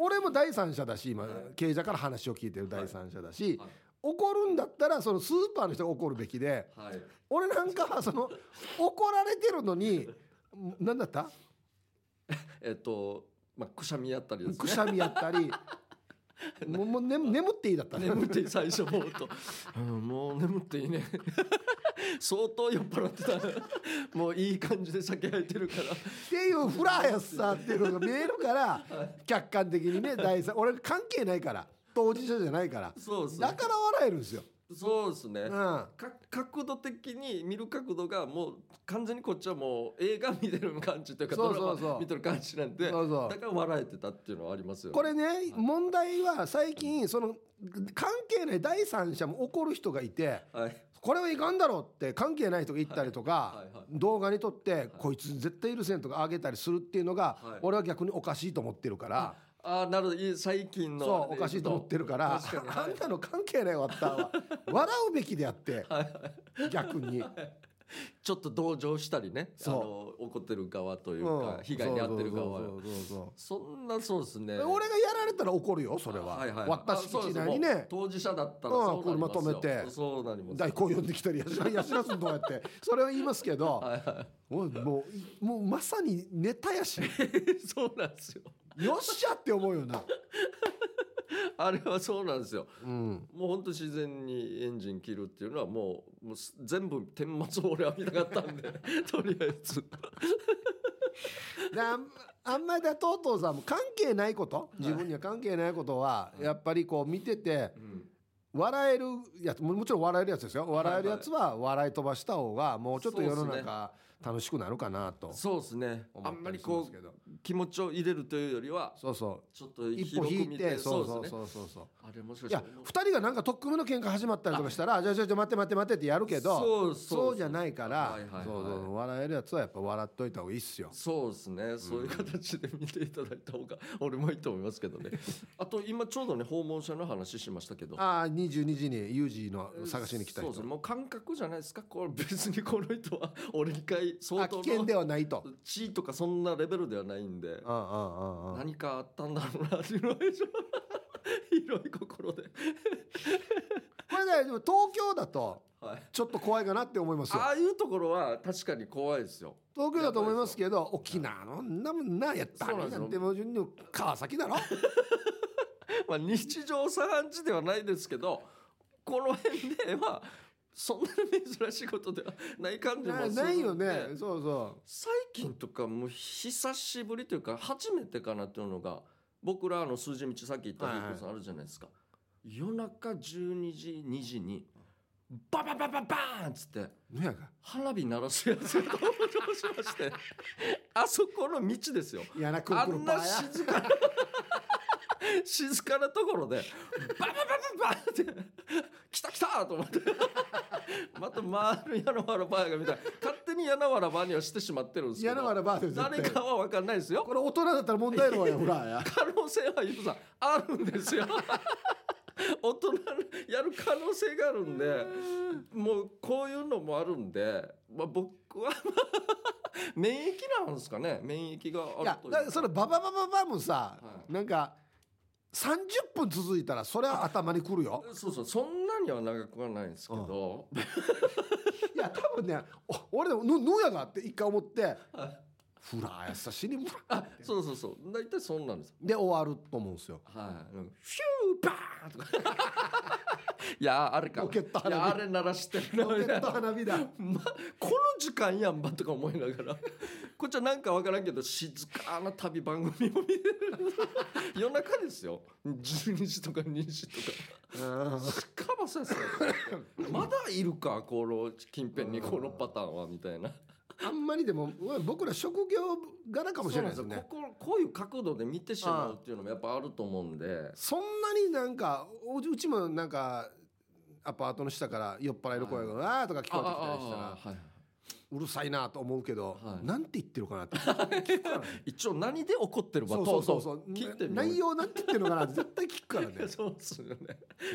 [SPEAKER 2] 俺も第三者だし今
[SPEAKER 1] はい
[SPEAKER 2] 経営者から話を聞いてる第三者だし
[SPEAKER 1] はい
[SPEAKER 2] 怒るんだったらそのスーパーの人が怒るべきで
[SPEAKER 1] はい
[SPEAKER 2] 俺なんかはその怒られてるのに何だった
[SPEAKER 1] えっとまあくしゃみやったりですね
[SPEAKER 2] くしゃみやっ たりもうもう眠眠っていいだったね
[SPEAKER 1] 眠っていい最初もうと、うん、もう眠っていいね相当酔っ払ってたもういい感じで酒入ってるから
[SPEAKER 2] っていうフラやすさっていうのが見えるから客観 的にね第三俺関係ないから当事者じゃないから
[SPEAKER 1] そうですね
[SPEAKER 2] だから笑えるんですよ。
[SPEAKER 1] そうですね、
[SPEAKER 2] うん、
[SPEAKER 1] か角度的に見る角度がもう完全にこっちはもう映画見てる感じというか
[SPEAKER 2] そ
[SPEAKER 1] ド
[SPEAKER 2] うそう
[SPEAKER 1] ラ
[SPEAKER 2] そう
[SPEAKER 1] マ見てる感じなんで
[SPEAKER 2] そうそう
[SPEAKER 1] だから笑えてたっていうのはありますよね
[SPEAKER 2] これね問題は最近その関係ない第三者も怒る人がいて
[SPEAKER 1] はい
[SPEAKER 2] これはいかんだろうって関係ないとか言ったりと
[SPEAKER 1] は
[SPEAKER 2] か
[SPEAKER 1] いはい
[SPEAKER 2] 動画に撮ってこいつ絶対許せんとかあげたりするっていうのが
[SPEAKER 1] はい
[SPEAKER 2] 俺は逆におかしいと思ってるから。
[SPEAKER 1] ああなるほどいい最近の
[SPEAKER 2] そうおかしいと思ってるから
[SPEAKER 1] 確かに
[SPEAKER 2] あ
[SPEAKER 1] はい
[SPEAKER 2] んなの関係ないわったわ笑うべきであって逆に
[SPEAKER 1] ちょっと同情したりねあ
[SPEAKER 2] そう
[SPEAKER 1] の怒ってる側というか、
[SPEAKER 2] うん
[SPEAKER 1] 被害に遭ってる側
[SPEAKER 2] そうそうそうそう
[SPEAKER 1] そんなそうですね
[SPEAKER 2] そう俺がやられたら怒るよそれは,、
[SPEAKER 1] はいはい
[SPEAKER 2] 私
[SPEAKER 1] あそうです
[SPEAKER 2] なり
[SPEAKER 1] もう
[SPEAKER 2] ね
[SPEAKER 1] 当事者だったら
[SPEAKER 2] うん
[SPEAKER 1] そうなりますよ
[SPEAKER 2] 車止めて
[SPEAKER 1] そうなります
[SPEAKER 2] 代行呼んできたりやしらやしらすんとかやってそれは言いますけど、
[SPEAKER 1] はいは
[SPEAKER 2] もうもういもうまさにネタやし
[SPEAKER 1] い そうなんですよ
[SPEAKER 2] よっしゃって思うよな、
[SPEAKER 1] あれはそうなんですよ
[SPEAKER 2] うん、
[SPEAKER 1] もう本当自然にエンジン切るっていうのはもうもうす全部顛末を俺は見たかったんでとりあえず
[SPEAKER 2] であんあんまりだとお父さんも関係ないこと自分には関係ないことは
[SPEAKER 1] はい
[SPEAKER 2] やっぱりこう見てて
[SPEAKER 1] うん
[SPEAKER 2] 笑えるやつももちろん笑えるやつですよ笑えるやつは笑い飛ばした方がもうちょっと世の
[SPEAKER 1] そうっす
[SPEAKER 2] 中楽しくなるかなと
[SPEAKER 1] そうですねあ
[SPEAKER 2] 思
[SPEAKER 1] ん
[SPEAKER 2] った
[SPEAKER 1] ま
[SPEAKER 2] り
[SPEAKER 1] り
[SPEAKER 2] しま
[SPEAKER 1] こ
[SPEAKER 2] すけ
[SPEAKER 1] う
[SPEAKER 2] ど
[SPEAKER 1] 気持ちを入れるというよりは
[SPEAKER 2] そうそう
[SPEAKER 1] ちょっと
[SPEAKER 2] 一歩
[SPEAKER 1] 広
[SPEAKER 2] 引
[SPEAKER 1] く
[SPEAKER 2] い
[SPEAKER 1] 見
[SPEAKER 2] て
[SPEAKER 1] て
[SPEAKER 2] そう
[SPEAKER 1] です
[SPEAKER 2] そう
[SPEAKER 1] ね
[SPEAKER 2] そうそうそう
[SPEAKER 1] あれもしかし
[SPEAKER 2] い
[SPEAKER 1] て
[SPEAKER 2] や2人がなんか取っ組みの喧嘩始まったりとかしたら「じゃあじゃあじゃあ待って待って待って」ってやるけど
[SPEAKER 1] そう
[SPEAKER 2] そうじゃないいか
[SPEAKER 1] は
[SPEAKER 2] ら
[SPEAKER 1] いはいはい
[SPEAKER 2] そうそう笑えるやつはやっぱ笑っといた方がいいっすよ。
[SPEAKER 1] そうですね、そういう形で見ていただいた方が 俺もいいと思いますけ どねあと今ちょうどね訪問者の話しましたけど
[SPEAKER 2] ああ22時にユージの探しに来た
[SPEAKER 1] そう
[SPEAKER 2] 人
[SPEAKER 1] ですねもう感覚じゃないですかこれ 別にこの人は俺一回相
[SPEAKER 2] あ
[SPEAKER 1] 当
[SPEAKER 2] 危
[SPEAKER 1] の
[SPEAKER 2] 険ではないと。
[SPEAKER 1] 地位とかそんなレベルではないんで
[SPEAKER 2] うんうんうんうん
[SPEAKER 1] 何かあったんだろうなっていうのは 広い心で、
[SPEAKER 2] これねでも東京だと
[SPEAKER 1] はい、
[SPEAKER 2] ちょっと怖いかなって思いますよ
[SPEAKER 1] ああいうところは確かに怖いですよ
[SPEAKER 2] 東京だと思いますけど沖縄のんなもんなやった
[SPEAKER 1] そうなんですよ
[SPEAKER 2] なんてもう順に川 崎だろ
[SPEAKER 1] まあ日常茶飯事ではないですけどこの辺ではそんなに珍しいことではない感じもす
[SPEAKER 2] な
[SPEAKER 1] るんで
[SPEAKER 2] ないよねそうそ
[SPEAKER 1] 最近とかもう久しぶりというか初めてかなっていうのが僕らあの数字道さっき言った
[SPEAKER 2] はいはい
[SPEAKER 1] リコさんあるじゃないですか、夜中12時2時にバババババーンっつって
[SPEAKER 2] うなんやか
[SPEAKER 1] 花火鳴らすやつが登場しましてあそこの道ですよ
[SPEAKER 2] いやなくる
[SPEAKER 1] あ
[SPEAKER 2] くる
[SPEAKER 1] ん
[SPEAKER 2] パー
[SPEAKER 1] な
[SPEAKER 2] や
[SPEAKER 1] 静かな静かなところでバババババって来た来たと思ってまた回る柳原バーガーみたいな勝手に柳原バーにはしてしまってるんですけど
[SPEAKER 2] 嫌ながらバーで
[SPEAKER 1] 誰
[SPEAKER 2] 絶
[SPEAKER 1] か
[SPEAKER 2] 対
[SPEAKER 1] は分かんないですよ
[SPEAKER 2] これ大人だったら問題のやほ らや
[SPEAKER 1] 可能性はゆうさんあるんですよ大人のやる可能性があるんでもうこういうのもあるんで、まあ、僕は免疫なんですかね免疫が
[SPEAKER 2] い
[SPEAKER 1] あ
[SPEAKER 2] や
[SPEAKER 1] るという
[SPEAKER 2] だからそれバババババもさ、
[SPEAKER 1] は
[SPEAKER 2] なんか30分続いたらそれは頭にく るよ
[SPEAKER 1] そうそうそんなには長くはないんですけど、
[SPEAKER 2] いや多分ねお俺でも「ぬぬやが」って一回思って「ふらやさしにふら
[SPEAKER 1] あそうそうそう大体そんなんです」
[SPEAKER 2] で終わると思うんで すよ。
[SPEAKER 1] はいなんかフューバーンとか いやあれか
[SPEAKER 2] ロケット
[SPEAKER 1] い
[SPEAKER 2] 花火
[SPEAKER 1] やあれ鳴らしてる
[SPEAKER 2] ロ
[SPEAKER 1] な
[SPEAKER 2] ケ
[SPEAKER 1] みた
[SPEAKER 2] ッ
[SPEAKER 1] い
[SPEAKER 2] ト
[SPEAKER 1] な
[SPEAKER 2] 花 火だ
[SPEAKER 1] ま、この時間やんばとか思いながらこっちはなんかわからんけど静かな旅番組を見てる夜中ですよ12時とか2時とか
[SPEAKER 2] うん
[SPEAKER 1] しかもささまだいるかこの近辺にこのパターンはみたいな。
[SPEAKER 2] あんまりでもうん僕ら職業柄かもしれないです
[SPEAKER 1] そうなん
[SPEAKER 2] ね
[SPEAKER 1] ですよこここういう角度で見てしまうっていうのもやっぱあると思うんで
[SPEAKER 2] そんなになんかおうちもなんかアパートの下から酔っ払いの声が「わー」とか聞こえてきたりしたら
[SPEAKER 1] あああはい
[SPEAKER 2] うるさいなと思うけど、
[SPEAKER 1] はい
[SPEAKER 2] なんて言ってるかなって聞くからね
[SPEAKER 1] 一応何で怒ってるか
[SPEAKER 2] そうそうそう
[SPEAKER 1] と
[SPEAKER 2] そうう
[SPEAKER 1] とう切ってみ
[SPEAKER 2] な内
[SPEAKER 1] よ
[SPEAKER 2] 容なんて言ってるのかなって絶対聞 くからね
[SPEAKER 1] うそうっすよね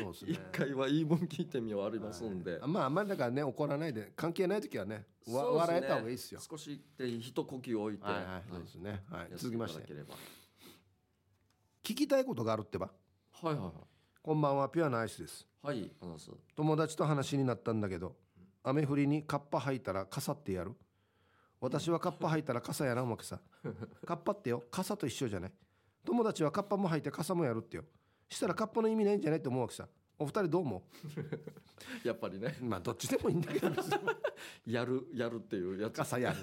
[SPEAKER 2] そうです ね
[SPEAKER 1] 一回はいいもん聞いてみようありますんで、
[SPEAKER 2] はいまああんまりだからね怒らないで関係ない時はねわ
[SPEAKER 1] そうっすね
[SPEAKER 2] 笑えた方がいいですよ
[SPEAKER 1] 少しで一呼吸置いて、
[SPEAKER 2] はいは
[SPEAKER 1] はい
[SPEAKER 2] いそうですねはい
[SPEAKER 1] やって
[SPEAKER 2] 続きまして
[SPEAKER 1] いただければ
[SPEAKER 2] 聞きたいことがあるってば
[SPEAKER 1] はいは
[SPEAKER 2] こんばんはピュアなアイスです
[SPEAKER 1] いはいはい話す
[SPEAKER 2] 友達と話になったんだけど雨降りにカッパ履いたら傘ってやる私はカッパ履いたら傘やなおまけさカッパってよ傘と一緒じゃない友達はカッパも履いて傘もやるってよしたらカッパの意味ないんじゃないって思うわけさお二人どう思
[SPEAKER 1] やっぱりね
[SPEAKER 2] うまあどっちでもいいんだけど
[SPEAKER 1] やるやるっていうやつ
[SPEAKER 2] 傘やる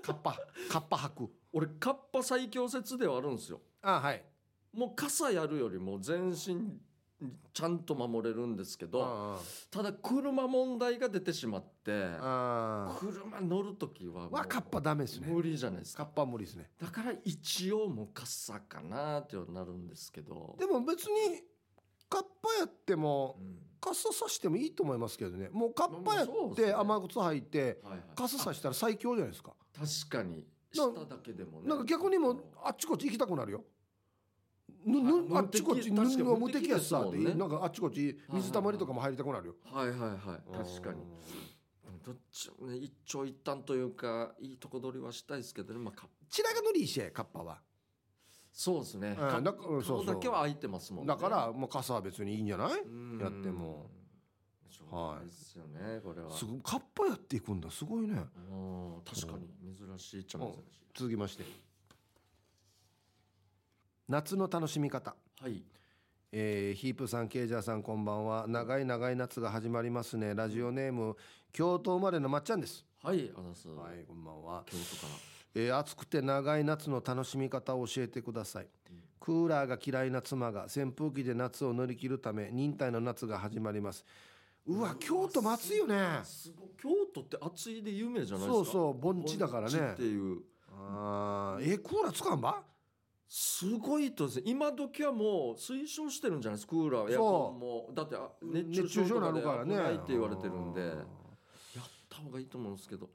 [SPEAKER 2] カッパカッパ履く
[SPEAKER 1] 俺カッパ最強説ではあるんですよ
[SPEAKER 2] あはい
[SPEAKER 1] もう傘やるよりも全身ちゃんと守れるんですけど
[SPEAKER 2] あ
[SPEAKER 1] ただ車問題が出てしまって
[SPEAKER 2] ああ
[SPEAKER 1] 車乗る時はも
[SPEAKER 2] あ
[SPEAKER 1] う
[SPEAKER 2] はカッパダメですね
[SPEAKER 1] 無理じゃないです
[SPEAKER 2] カッ
[SPEAKER 1] か
[SPEAKER 2] パは無理ですね
[SPEAKER 1] だから一応もう傘かなってなるんですけど
[SPEAKER 2] でも別にカッパやっても
[SPEAKER 1] うん
[SPEAKER 2] 傘さしてもいいと思いますけどねもうカッパや
[SPEAKER 1] まあそうで
[SPEAKER 2] っ
[SPEAKER 1] す
[SPEAKER 2] て
[SPEAKER 1] ね
[SPEAKER 2] 雨靴履いて
[SPEAKER 1] はいはい
[SPEAKER 2] 傘さしたら最強じゃないですか
[SPEAKER 1] あ確かに下だけでもね
[SPEAKER 2] なんか逆にもうあっちこっち行きたくなるよぬぬ
[SPEAKER 1] あ
[SPEAKER 2] あっちこっち
[SPEAKER 1] 無敵確かに
[SPEAKER 2] 布無敵やしさ
[SPEAKER 1] 無
[SPEAKER 2] って
[SPEAKER 1] 敵ですもんね
[SPEAKER 2] なんかあっちこっち水たまりとかも入りたくなるよ
[SPEAKER 1] はいはいはい確かにどっちもね一長一短というかいいとこ取りはしたいですけどねまあか
[SPEAKER 2] ちらがのりいしカッパは
[SPEAKER 1] そうですね
[SPEAKER 2] ん
[SPEAKER 1] か
[SPEAKER 2] なんかうんそう
[SPEAKER 1] 顔
[SPEAKER 2] そう
[SPEAKER 1] だけは空いてますもんね
[SPEAKER 2] だからもう傘は別にいいんじゃない
[SPEAKER 1] うん
[SPEAKER 2] やっても
[SPEAKER 1] しょうがないですよねこれは
[SPEAKER 2] すごいカッパやっていくんだすごいね
[SPEAKER 1] うん確かに珍しいっちゃ珍しい
[SPEAKER 2] 続きまして夏の楽しみ方
[SPEAKER 1] はい
[SPEAKER 2] えーヒープさんケイジャーさんこんばんは長い長い夏が始まりますねラジオネーム京都生まれのまっちゃんです
[SPEAKER 1] はいあざす京
[SPEAKER 2] はいこんばんは、
[SPEAKER 1] 都から
[SPEAKER 2] えー暑くて長い夏の楽しみ方を教えてください
[SPEAKER 1] うん
[SPEAKER 2] クーラーが嫌いな妻が扇風機で夏を乗り切るため忍耐の夏が始まりますうわ京都も暑いよね
[SPEAKER 1] すごい京都って暑いで有名じゃないですか
[SPEAKER 2] そうそう盆地だから
[SPEAKER 1] 盆地っ
[SPEAKER 2] ね
[SPEAKER 1] ていう
[SPEAKER 2] あーえークーラー使うんば
[SPEAKER 1] すごいとですね今時はもう推奨してるんじゃないですかクーラーエアコンもだってあ熱中症とかで危ないって言われてるんで
[SPEAKER 2] あ
[SPEAKER 1] やっ
[SPEAKER 2] ー
[SPEAKER 1] た方がいいと思うんですけど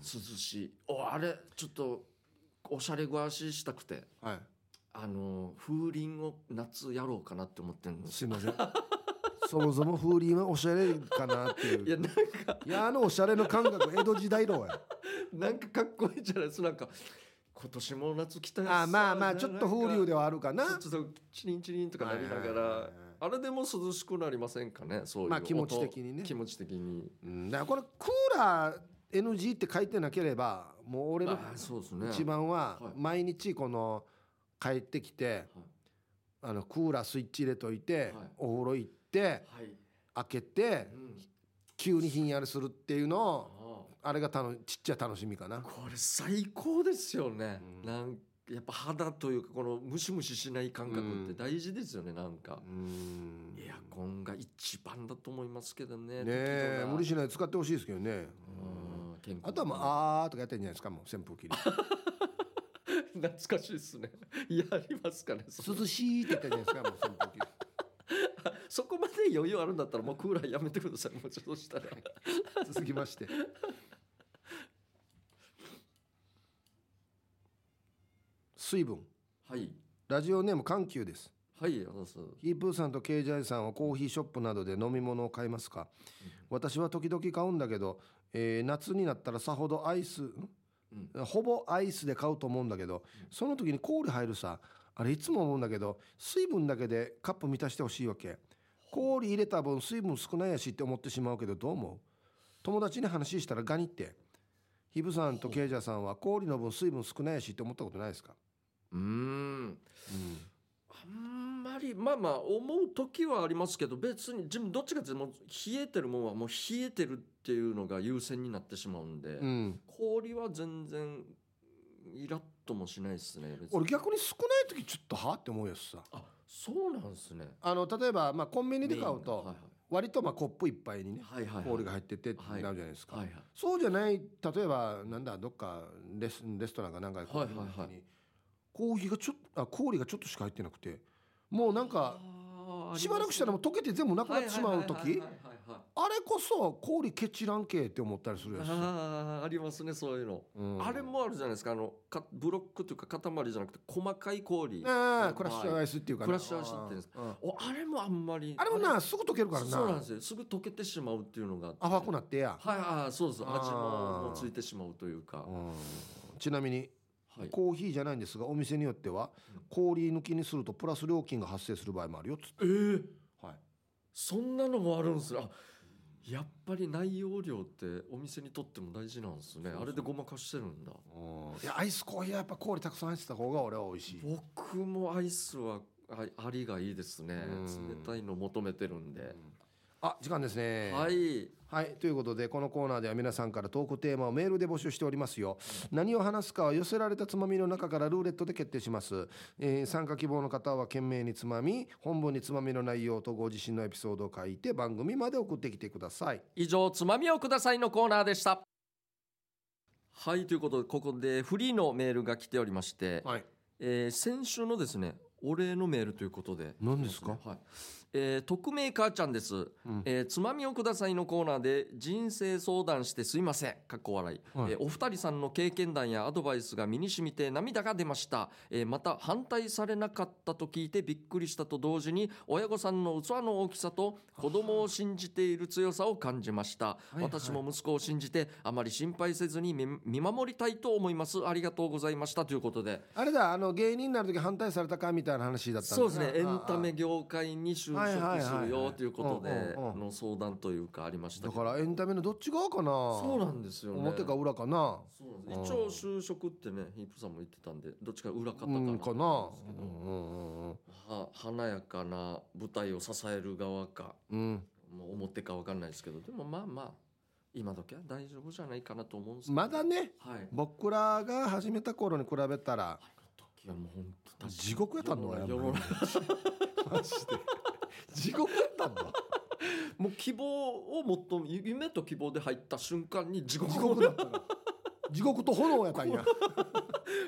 [SPEAKER 1] 涼しいおあれちょっとおしゃれ暮らししたくて
[SPEAKER 2] はい
[SPEAKER 1] あの風鈴を夏やろうかなって思ってるんです
[SPEAKER 2] すいませんそもそも風鈴はおしゃれかなっていう
[SPEAKER 1] いやなんか
[SPEAKER 2] いやあのおしゃれの感覚江戸時代のや
[SPEAKER 1] なんかかっこいいじゃないですかなんか今年も夏来た
[SPEAKER 2] あまあまあちょっと風流で
[SPEAKER 1] は
[SPEAKER 2] はあるかな
[SPEAKER 1] ちょっとチリンチリンとかなりなが
[SPEAKER 2] はいはいはいは
[SPEAKER 1] ら
[SPEAKER 2] い
[SPEAKER 1] あれでも涼しくなりませんかねそういう
[SPEAKER 2] まあ気持ち
[SPEAKER 1] 音
[SPEAKER 2] 的にね
[SPEAKER 1] 気持ち的に
[SPEAKER 2] うんだからこれクーラー NG って書いてなければもう俺の
[SPEAKER 1] ああそうですね
[SPEAKER 2] 一番は
[SPEAKER 1] はい
[SPEAKER 2] 毎日この帰ってきてあのクーラースイッチ入れといて
[SPEAKER 1] はい
[SPEAKER 2] お風呂行って
[SPEAKER 1] はい、
[SPEAKER 2] 開けて
[SPEAKER 1] うん
[SPEAKER 2] 急にひんやりするっていうの
[SPEAKER 1] あ
[SPEAKER 2] をあれがたのちっちゃい楽しみか
[SPEAKER 1] あ
[SPEAKER 2] な
[SPEAKER 1] これ最高ですよね、
[SPEAKER 2] うん
[SPEAKER 1] なんかやっぱ肌というかこのムシムシしない感覚って大事ですよねなんか、
[SPEAKER 2] うん
[SPEAKER 1] エ
[SPEAKER 2] ね
[SPEAKER 1] アコンが一番だと思いますけどね
[SPEAKER 2] え
[SPEAKER 1] 適度な
[SPEAKER 2] 無理しないで使ってほしいですけどね
[SPEAKER 1] うん健康
[SPEAKER 2] あとはもう
[SPEAKER 1] な
[SPEAKER 2] あーとかやってんじゃないですかもう扇風機 で
[SPEAKER 1] 懐かしいですね。やりますかね。そ
[SPEAKER 2] 涼しいって言ってんじゃないですかもう扇風機で
[SPEAKER 1] そこまで余裕あるんだったらもうクーラーやめてください。もうちょっとしたら。
[SPEAKER 2] 続きまして水分
[SPEAKER 1] はい。
[SPEAKER 2] ラジオネーム緩急です
[SPEAKER 1] はい、あのそう。
[SPEAKER 2] ヒープーさんとケイジャイさんはコーヒーショップなどで飲み物を買いますか私は時々買うんだけど、えー夏になったらさほどアイス、んほぼアイスで買うと思うんだけどその時に氷入るさあれいつも思うんだけど水分だけでカップ満たしてほしいわけ氷入れた分水分少ないやしって思ってしまうけどどう思う友達に話したらガニってヒブさんとケイジャーさんは氷の分水分少ないやしって思ったことないですか、
[SPEAKER 1] うーん。あんまり、まあまあ、思う時はありますけど、別に、自分どっちかっていうともう冷えてるもんはもう冷えてるっていうのが優先になってしまうんで、
[SPEAKER 2] うん、
[SPEAKER 1] 氷は全然、イラッともしないですね。別に
[SPEAKER 2] 俺逆に少ない時ちょっとはって思うやつさ
[SPEAKER 1] あ、そうなんですね。
[SPEAKER 2] あの例えば、まあ、コンビニで買う
[SPEAKER 1] は
[SPEAKER 2] と割とまあコップ一杯にね
[SPEAKER 1] いはい。はいはいはい。
[SPEAKER 2] 氷
[SPEAKER 1] が。
[SPEAKER 2] が入っててってなるじゃないですか、
[SPEAKER 1] はいはい。
[SPEAKER 2] そうじゃない例えばなんだどっかレスレストランかなんかで
[SPEAKER 1] はいはいはい
[SPEAKER 2] コーヒーにコーヒーがちょっとあ氷がちょっとしか入ってなくてもうなんか
[SPEAKER 1] あー
[SPEAKER 2] しばらくしたらもう溶けて全部なくなってしまう時
[SPEAKER 1] はいはいはいはいはいはいはい
[SPEAKER 2] ああれこそ氷ケチらんけって思ったりするやつ、
[SPEAKER 1] ああありますねそういうの、
[SPEAKER 2] うん
[SPEAKER 1] あれもあるじゃないですかあのかブロックというか塊じゃなくて細かい氷、
[SPEAKER 2] ああクラッシュアイスっていうかな
[SPEAKER 1] クラッシュアイスっていうんですか
[SPEAKER 2] うん
[SPEAKER 1] おあれもあんまり
[SPEAKER 2] あれもなすぐ溶ける
[SPEAKER 1] れ
[SPEAKER 2] から
[SPEAKER 1] そうなん
[SPEAKER 2] な
[SPEAKER 1] ですよすぐ溶けてしまうっていうのがあって
[SPEAKER 2] 淡くなってや、
[SPEAKER 1] はいはいそうです味
[SPEAKER 2] あ
[SPEAKER 1] も
[SPEAKER 2] ー
[SPEAKER 1] もうついてしまうというか、
[SPEAKER 2] ちなみに
[SPEAKER 1] はい、
[SPEAKER 2] コーヒーじゃないんですがお店によっては氷抜きにするとプラス料金が発生する場合もあるよっつって
[SPEAKER 1] えー、
[SPEAKER 2] はい
[SPEAKER 1] そんなのもあるんですねあやっぱり内容量ってお店にとっても大事なんですね
[SPEAKER 2] そうそう
[SPEAKER 1] あれでごまかしてるんだ
[SPEAKER 2] いやアイスコーヒーはやっぱ氷たくさん入ってた方が俺は美味しい
[SPEAKER 1] 僕もアイスはあありがいいですね
[SPEAKER 2] うん
[SPEAKER 1] 冷たいの求めてるんで、
[SPEAKER 2] あ時間ですね
[SPEAKER 1] はい
[SPEAKER 2] はいということでこのコーナーでは皆さんからトークテーマをメールで募集しておりますよ何を話すかは寄せられたつまみの中からルーレットで決定します、えー参加希望の方は懸命につまみ本文につまみの内容とご自身のエピソードを書いて番組まで送ってきてください
[SPEAKER 1] 以上「つまみをください」のコーナーでしたはいということでここでフリーのメールが来ておりまして、
[SPEAKER 2] はい
[SPEAKER 1] えー先週のですねお礼のメールということで
[SPEAKER 2] 何ですか
[SPEAKER 1] はいえー匿名母ちゃんです、えーつまみをください」のコーナーで人生相談してすいませんかっこ笑い、
[SPEAKER 2] はい
[SPEAKER 1] えーお二人さんの経験談やアドバイスが身に染みて涙が出ました、えーまた反対されなかったと聞いてびっくりしたと同時に親御さんの器の大きさと子供を信じている強さを感じました、
[SPEAKER 2] いはい
[SPEAKER 1] 私も息子を信じてあまり心配せずに見見守りたいと思いますありがとうございましたということで
[SPEAKER 2] あれだあの芸人になる時反対されたかみたいな話だったん
[SPEAKER 1] そうですねエ
[SPEAKER 2] ああ
[SPEAKER 1] ンタメ業界に就職する
[SPEAKER 2] はいはいはいは
[SPEAKER 1] よ
[SPEAKER 2] い
[SPEAKER 1] ということで
[SPEAKER 2] うんうんうん
[SPEAKER 1] の相談というかありました
[SPEAKER 2] だ
[SPEAKER 1] けど
[SPEAKER 2] からエンタメのどっち側かな
[SPEAKER 1] そうなんですよね
[SPEAKER 2] 表か裏かな
[SPEAKER 1] そうなんです一応就職ってねヒープさんも言ってたんでどっちか裏方か
[SPEAKER 2] う
[SPEAKER 1] な,、
[SPEAKER 2] んかな
[SPEAKER 1] は
[SPEAKER 2] うんうんうん
[SPEAKER 1] 華やかな舞台を支える側か
[SPEAKER 2] うんうん
[SPEAKER 1] もう表かわかんないですけどでもまあまあ今時は大丈夫じゃないかなと思うんですけど
[SPEAKER 2] まだね
[SPEAKER 1] はい
[SPEAKER 2] 僕らが始めた頃に比べたら
[SPEAKER 1] あの時はもう本当確かに
[SPEAKER 2] 地獄やったんだ俺
[SPEAKER 1] 世の中
[SPEAKER 2] マジで地獄やったんだ
[SPEAKER 1] もう希望をもっと夢と希望で入った瞬間に地獄
[SPEAKER 2] 地獄だったな地獄と炎やったんや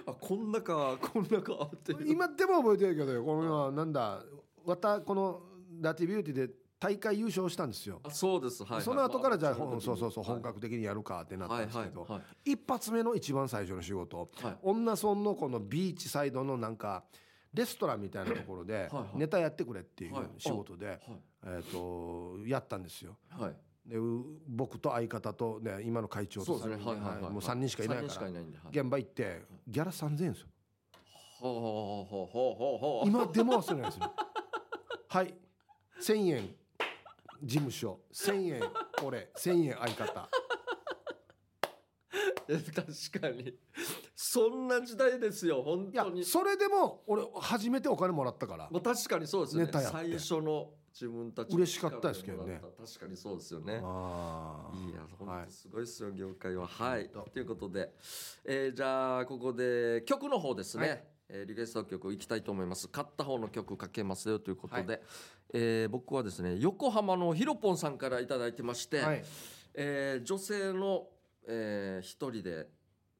[SPEAKER 1] あこんなかこんなかっていう
[SPEAKER 2] 今でも覚えてるけどよこのなんだまたこのラティビューティーで大会優勝したんですよ、
[SPEAKER 1] あそうですはい
[SPEAKER 2] その後からじゃあ、
[SPEAKER 1] ま
[SPEAKER 2] ほんそうそうそう本
[SPEAKER 1] の
[SPEAKER 2] 格的にやるかってなったん
[SPEAKER 1] 時にはい
[SPEAKER 2] です
[SPEAKER 1] は
[SPEAKER 2] け
[SPEAKER 1] い
[SPEAKER 2] ど、
[SPEAKER 1] は
[SPEAKER 2] 一発目の一番最初の仕事
[SPEAKER 1] いはい
[SPEAKER 2] 女村のこのビーチサイドのなんかレストランみたいなところで
[SPEAKER 1] はい
[SPEAKER 2] ネタやってくれっていう
[SPEAKER 1] はい
[SPEAKER 2] 仕事で、えっとやったんですよ
[SPEAKER 1] はいはい
[SPEAKER 2] でう僕と相方と、ね、今の会長
[SPEAKER 1] そ
[SPEAKER 2] と
[SPEAKER 1] うですねはいはいはい
[SPEAKER 2] もう3人しかいない
[SPEAKER 1] 三人
[SPEAKER 2] か
[SPEAKER 1] し
[SPEAKER 2] ら
[SPEAKER 1] かいないんではい
[SPEAKER 2] 現場行ってギャラ3000円ですよ
[SPEAKER 1] ほうほうほうほうほうほう
[SPEAKER 2] 今でも忘れないです よはい1000円事務所1000円俺1000円相方
[SPEAKER 1] え確かにそんな時代ですよ本
[SPEAKER 2] いや
[SPEAKER 1] 当に
[SPEAKER 2] それでも俺初めてお金もらったから
[SPEAKER 1] まあ確かにそうですよね
[SPEAKER 2] ネタやって
[SPEAKER 1] 最初の自分たちの
[SPEAKER 2] 嬉しかったですけど
[SPEAKER 1] 力でも
[SPEAKER 2] ね
[SPEAKER 1] らった確かにそうですよね
[SPEAKER 2] あー
[SPEAKER 1] いや、
[SPEAKER 2] は
[SPEAKER 1] 本
[SPEAKER 2] い
[SPEAKER 1] 当すごいですよ、業界は。はい
[SPEAKER 2] 本当。
[SPEAKER 1] ということで、えーじゃあ、ここで曲の方ですね。
[SPEAKER 2] はい
[SPEAKER 1] えーリクエスト曲いきたいと思います。買った方の曲かけますよということで、えー僕はですね、横浜のひろぽんさんからいただいてまして、
[SPEAKER 2] はい
[SPEAKER 1] えー女性の、えー一人で、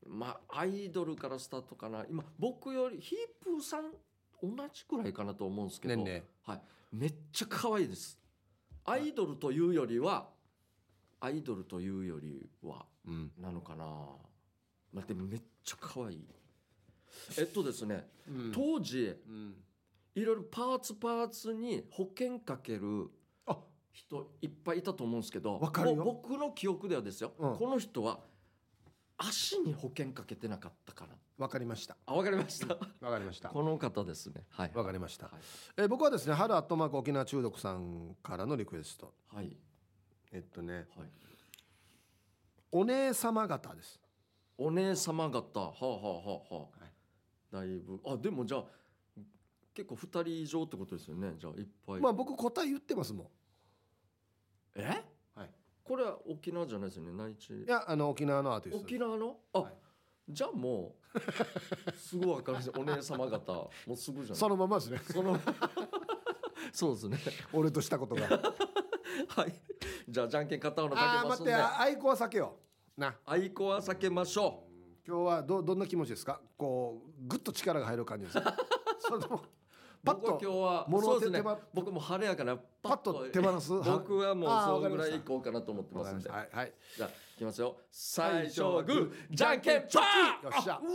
[SPEAKER 1] まあ、アイドルからスタートかな。今、僕よりヒープーさん同じくらいかなと思うんですけど、
[SPEAKER 2] 年齢
[SPEAKER 1] はい、めっちゃ可愛いです。アイドルというよりは、アイドルというよりは、
[SPEAKER 2] うん
[SPEAKER 1] なのかな。まあ、でもめっちゃ可愛い。えっとですね、
[SPEAKER 2] うん
[SPEAKER 1] 当時、
[SPEAKER 2] うん
[SPEAKER 1] いろいろパーツパーツに保険かける
[SPEAKER 2] あ
[SPEAKER 1] 人いっぱいいたと思うんですけど、
[SPEAKER 2] わかるよ
[SPEAKER 1] もう僕の記憶ではですよ、
[SPEAKER 2] うん
[SPEAKER 1] この人は足に保険かけてなかったかな。
[SPEAKER 2] わかりました
[SPEAKER 1] あ、わかりました。
[SPEAKER 2] わかりました
[SPEAKER 1] この方ですね。はい。
[SPEAKER 2] わかりました
[SPEAKER 1] は
[SPEAKER 2] えー僕はですね春アットマーク沖縄中毒さんからのリクエスト
[SPEAKER 1] い。はい。
[SPEAKER 2] えっとね
[SPEAKER 1] はい
[SPEAKER 2] お姉様方です
[SPEAKER 1] お姉様方はあはあはあはあ、だいぶあでもじゃあ結構2人以上ってことですよねじゃあいっぱい、
[SPEAKER 2] まあ僕答え言ってますも
[SPEAKER 1] え
[SPEAKER 2] んはい
[SPEAKER 1] これは沖縄じゃないですよね内地
[SPEAKER 2] いやあの沖縄のアーティスト
[SPEAKER 1] 沖縄のあ、
[SPEAKER 2] はい
[SPEAKER 1] じゃあもうすぐ分かるんですよお姉様方もうすぐじゃない
[SPEAKER 2] そのままですね
[SPEAKER 1] そのそうですね
[SPEAKER 2] 俺とし たことが
[SPEAKER 1] はいじゃあじゃんけん片方のか
[SPEAKER 2] あ
[SPEAKER 1] け
[SPEAKER 2] あ
[SPEAKER 1] ま
[SPEAKER 2] 待
[SPEAKER 1] すん
[SPEAKER 2] っ
[SPEAKER 1] で
[SPEAKER 2] てあ愛子は避けような
[SPEAKER 1] 愛子は避けましょ
[SPEAKER 2] 今日はどどんな気持ちですかこうぐっと力が入る感じですかそれともパッ
[SPEAKER 1] 僕は
[SPEAKER 2] と
[SPEAKER 1] 今日は
[SPEAKER 2] 物
[SPEAKER 1] そ
[SPEAKER 2] を
[SPEAKER 1] うで
[SPEAKER 2] 手
[SPEAKER 1] すね
[SPEAKER 2] 手放
[SPEAKER 1] 僕も晴れやから
[SPEAKER 2] パッと手放す
[SPEAKER 1] 僕はもう
[SPEAKER 2] あー
[SPEAKER 1] そ
[SPEAKER 2] わ
[SPEAKER 1] の
[SPEAKER 2] かり
[SPEAKER 1] ぐ
[SPEAKER 2] ま
[SPEAKER 1] ら
[SPEAKER 2] した
[SPEAKER 1] い行こうかなと思ってますんで
[SPEAKER 2] はいはい
[SPEAKER 1] じゃあいきますよ最初はグーじゃんけんパー
[SPEAKER 2] よっしゃ
[SPEAKER 1] あうわ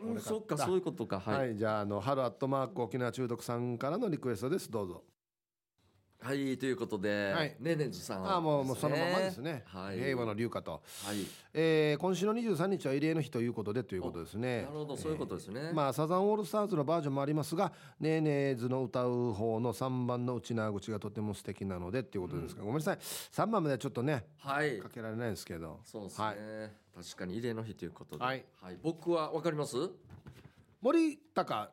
[SPEAKER 2] 俺
[SPEAKER 1] うん
[SPEAKER 2] 勝
[SPEAKER 1] そっ
[SPEAKER 2] った
[SPEAKER 1] かそういうことか
[SPEAKER 2] は
[SPEAKER 1] は
[SPEAKER 2] い、
[SPEAKER 1] い
[SPEAKER 2] じゃああの春アットマーク沖縄中毒さんからのリクエストですどうぞ
[SPEAKER 1] はいということ
[SPEAKER 2] は
[SPEAKER 1] で
[SPEAKER 2] い
[SPEAKER 1] ねねずさん
[SPEAKER 2] ああもうもうそのままですね、
[SPEAKER 1] はい
[SPEAKER 2] 令和の龍華と、
[SPEAKER 1] はい
[SPEAKER 2] えー、今週の23日は慰霊の日ということでということですね
[SPEAKER 1] なるほどそういうことですね
[SPEAKER 2] まあサザンオールスターズのバージョンもありますが「ねえねえズ」の歌う方の3番の内縄口がとても素敵なのでっていうことですが、ごめんなさい3番まではちょっとね
[SPEAKER 1] はい
[SPEAKER 2] かけられないですけど
[SPEAKER 1] そうですね、
[SPEAKER 2] はい、
[SPEAKER 1] 確かに慰霊の日ということで、
[SPEAKER 2] はい
[SPEAKER 1] 僕はわかりますは
[SPEAKER 2] 森高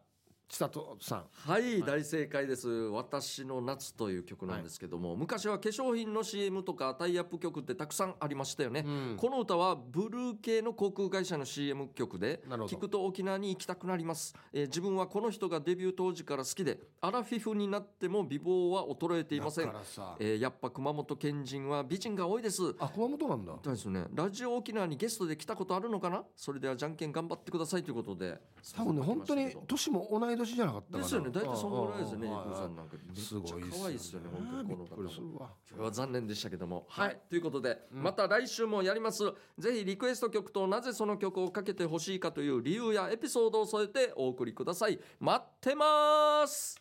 [SPEAKER 2] 千里さん
[SPEAKER 1] い、大正解です「私の夏」という曲なんですけども、昔は化粧品の CM とかタイアップ曲ってたくさんありましたよね、
[SPEAKER 2] ん
[SPEAKER 1] この歌はブルー系の航空会社の CM 曲で
[SPEAKER 2] なるほど
[SPEAKER 1] 聞くと沖縄に行きたくなります、えー自分はこの人がデビュー当時から好きでアラフィフになっても美貌は衰えていません
[SPEAKER 2] だからさ
[SPEAKER 1] えーやっぱ熊本県人は美人が多いです
[SPEAKER 2] あ熊本なんだ
[SPEAKER 1] そうですね。ラジオ沖縄にゲストで来たことあるのかな？それではじゃんけん頑張ってくださいということで。
[SPEAKER 2] 多分ね本当に年も同い年じゃなかったかな
[SPEAKER 1] ですよね。大体そのぐらいですね。
[SPEAKER 2] う
[SPEAKER 1] ゆう
[SPEAKER 2] んうんうん
[SPEAKER 1] こさんなんかめっ
[SPEAKER 2] すごいっ
[SPEAKER 1] ちゃ可愛いですよね。本当にこの方
[SPEAKER 2] びっく
[SPEAKER 1] も
[SPEAKER 2] りす。るわ
[SPEAKER 1] 今日は残念でしたけども、
[SPEAKER 2] は
[SPEAKER 1] はいい、ということで、また来週もやります。ぜひリクエスト曲となぜその曲をかけてほしいかという理由やエピソードを添えてお送りください。待ってます。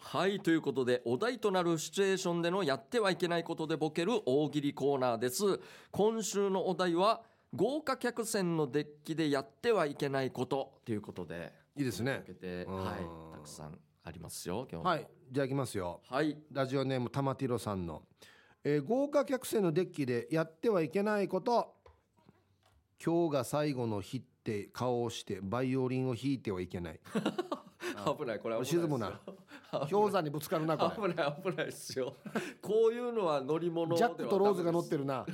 [SPEAKER 1] はいということでお題となるシチュエーションでのやってはいけないことでボケる大喜利コーナーです今週のお題は豪華客船のデッキでやってはいけないことということで
[SPEAKER 2] いいですね
[SPEAKER 1] 受けて、
[SPEAKER 2] うん
[SPEAKER 1] はい、たくさんありますよ今日も
[SPEAKER 2] はいじゃあいきますよ
[SPEAKER 1] はい
[SPEAKER 2] ラジオネーム玉ティロさんの、えー豪華客船のデッキでやってはいけないこと今日が最後の日って顔をしてバイオリンを弾いてはいけない
[SPEAKER 1] 危ないこれ危ないですよ
[SPEAKER 2] 沈むな氷山にぶつかるなこれ
[SPEAKER 1] 危ない危ないですよこういうのは乗り物
[SPEAKER 2] ジャックとローズが乗って
[SPEAKER 1] る
[SPEAKER 2] るな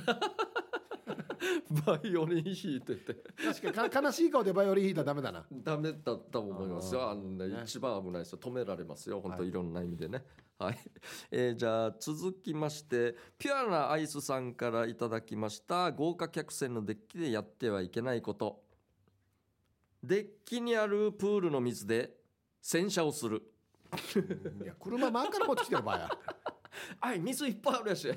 [SPEAKER 1] バイオリン弾いてて
[SPEAKER 2] 確かにか悲しい顔でバイオリン弾いたらダメだな
[SPEAKER 1] ダメだったと思いますよ。あんな
[SPEAKER 2] ね
[SPEAKER 1] 一番危ないですよ。止められますよ。本当
[SPEAKER 2] はい
[SPEAKER 1] いろんな意味でね。はい。えーじゃあ続きまして、ピュアなアイスさんからいただきました。豪華客船のデッキでやってはいけないこと。デッキにあるプールの水で洗車をする。
[SPEAKER 2] いや車真ん中から持ってきてる場合や
[SPEAKER 1] あい、水いっぱいあるやし。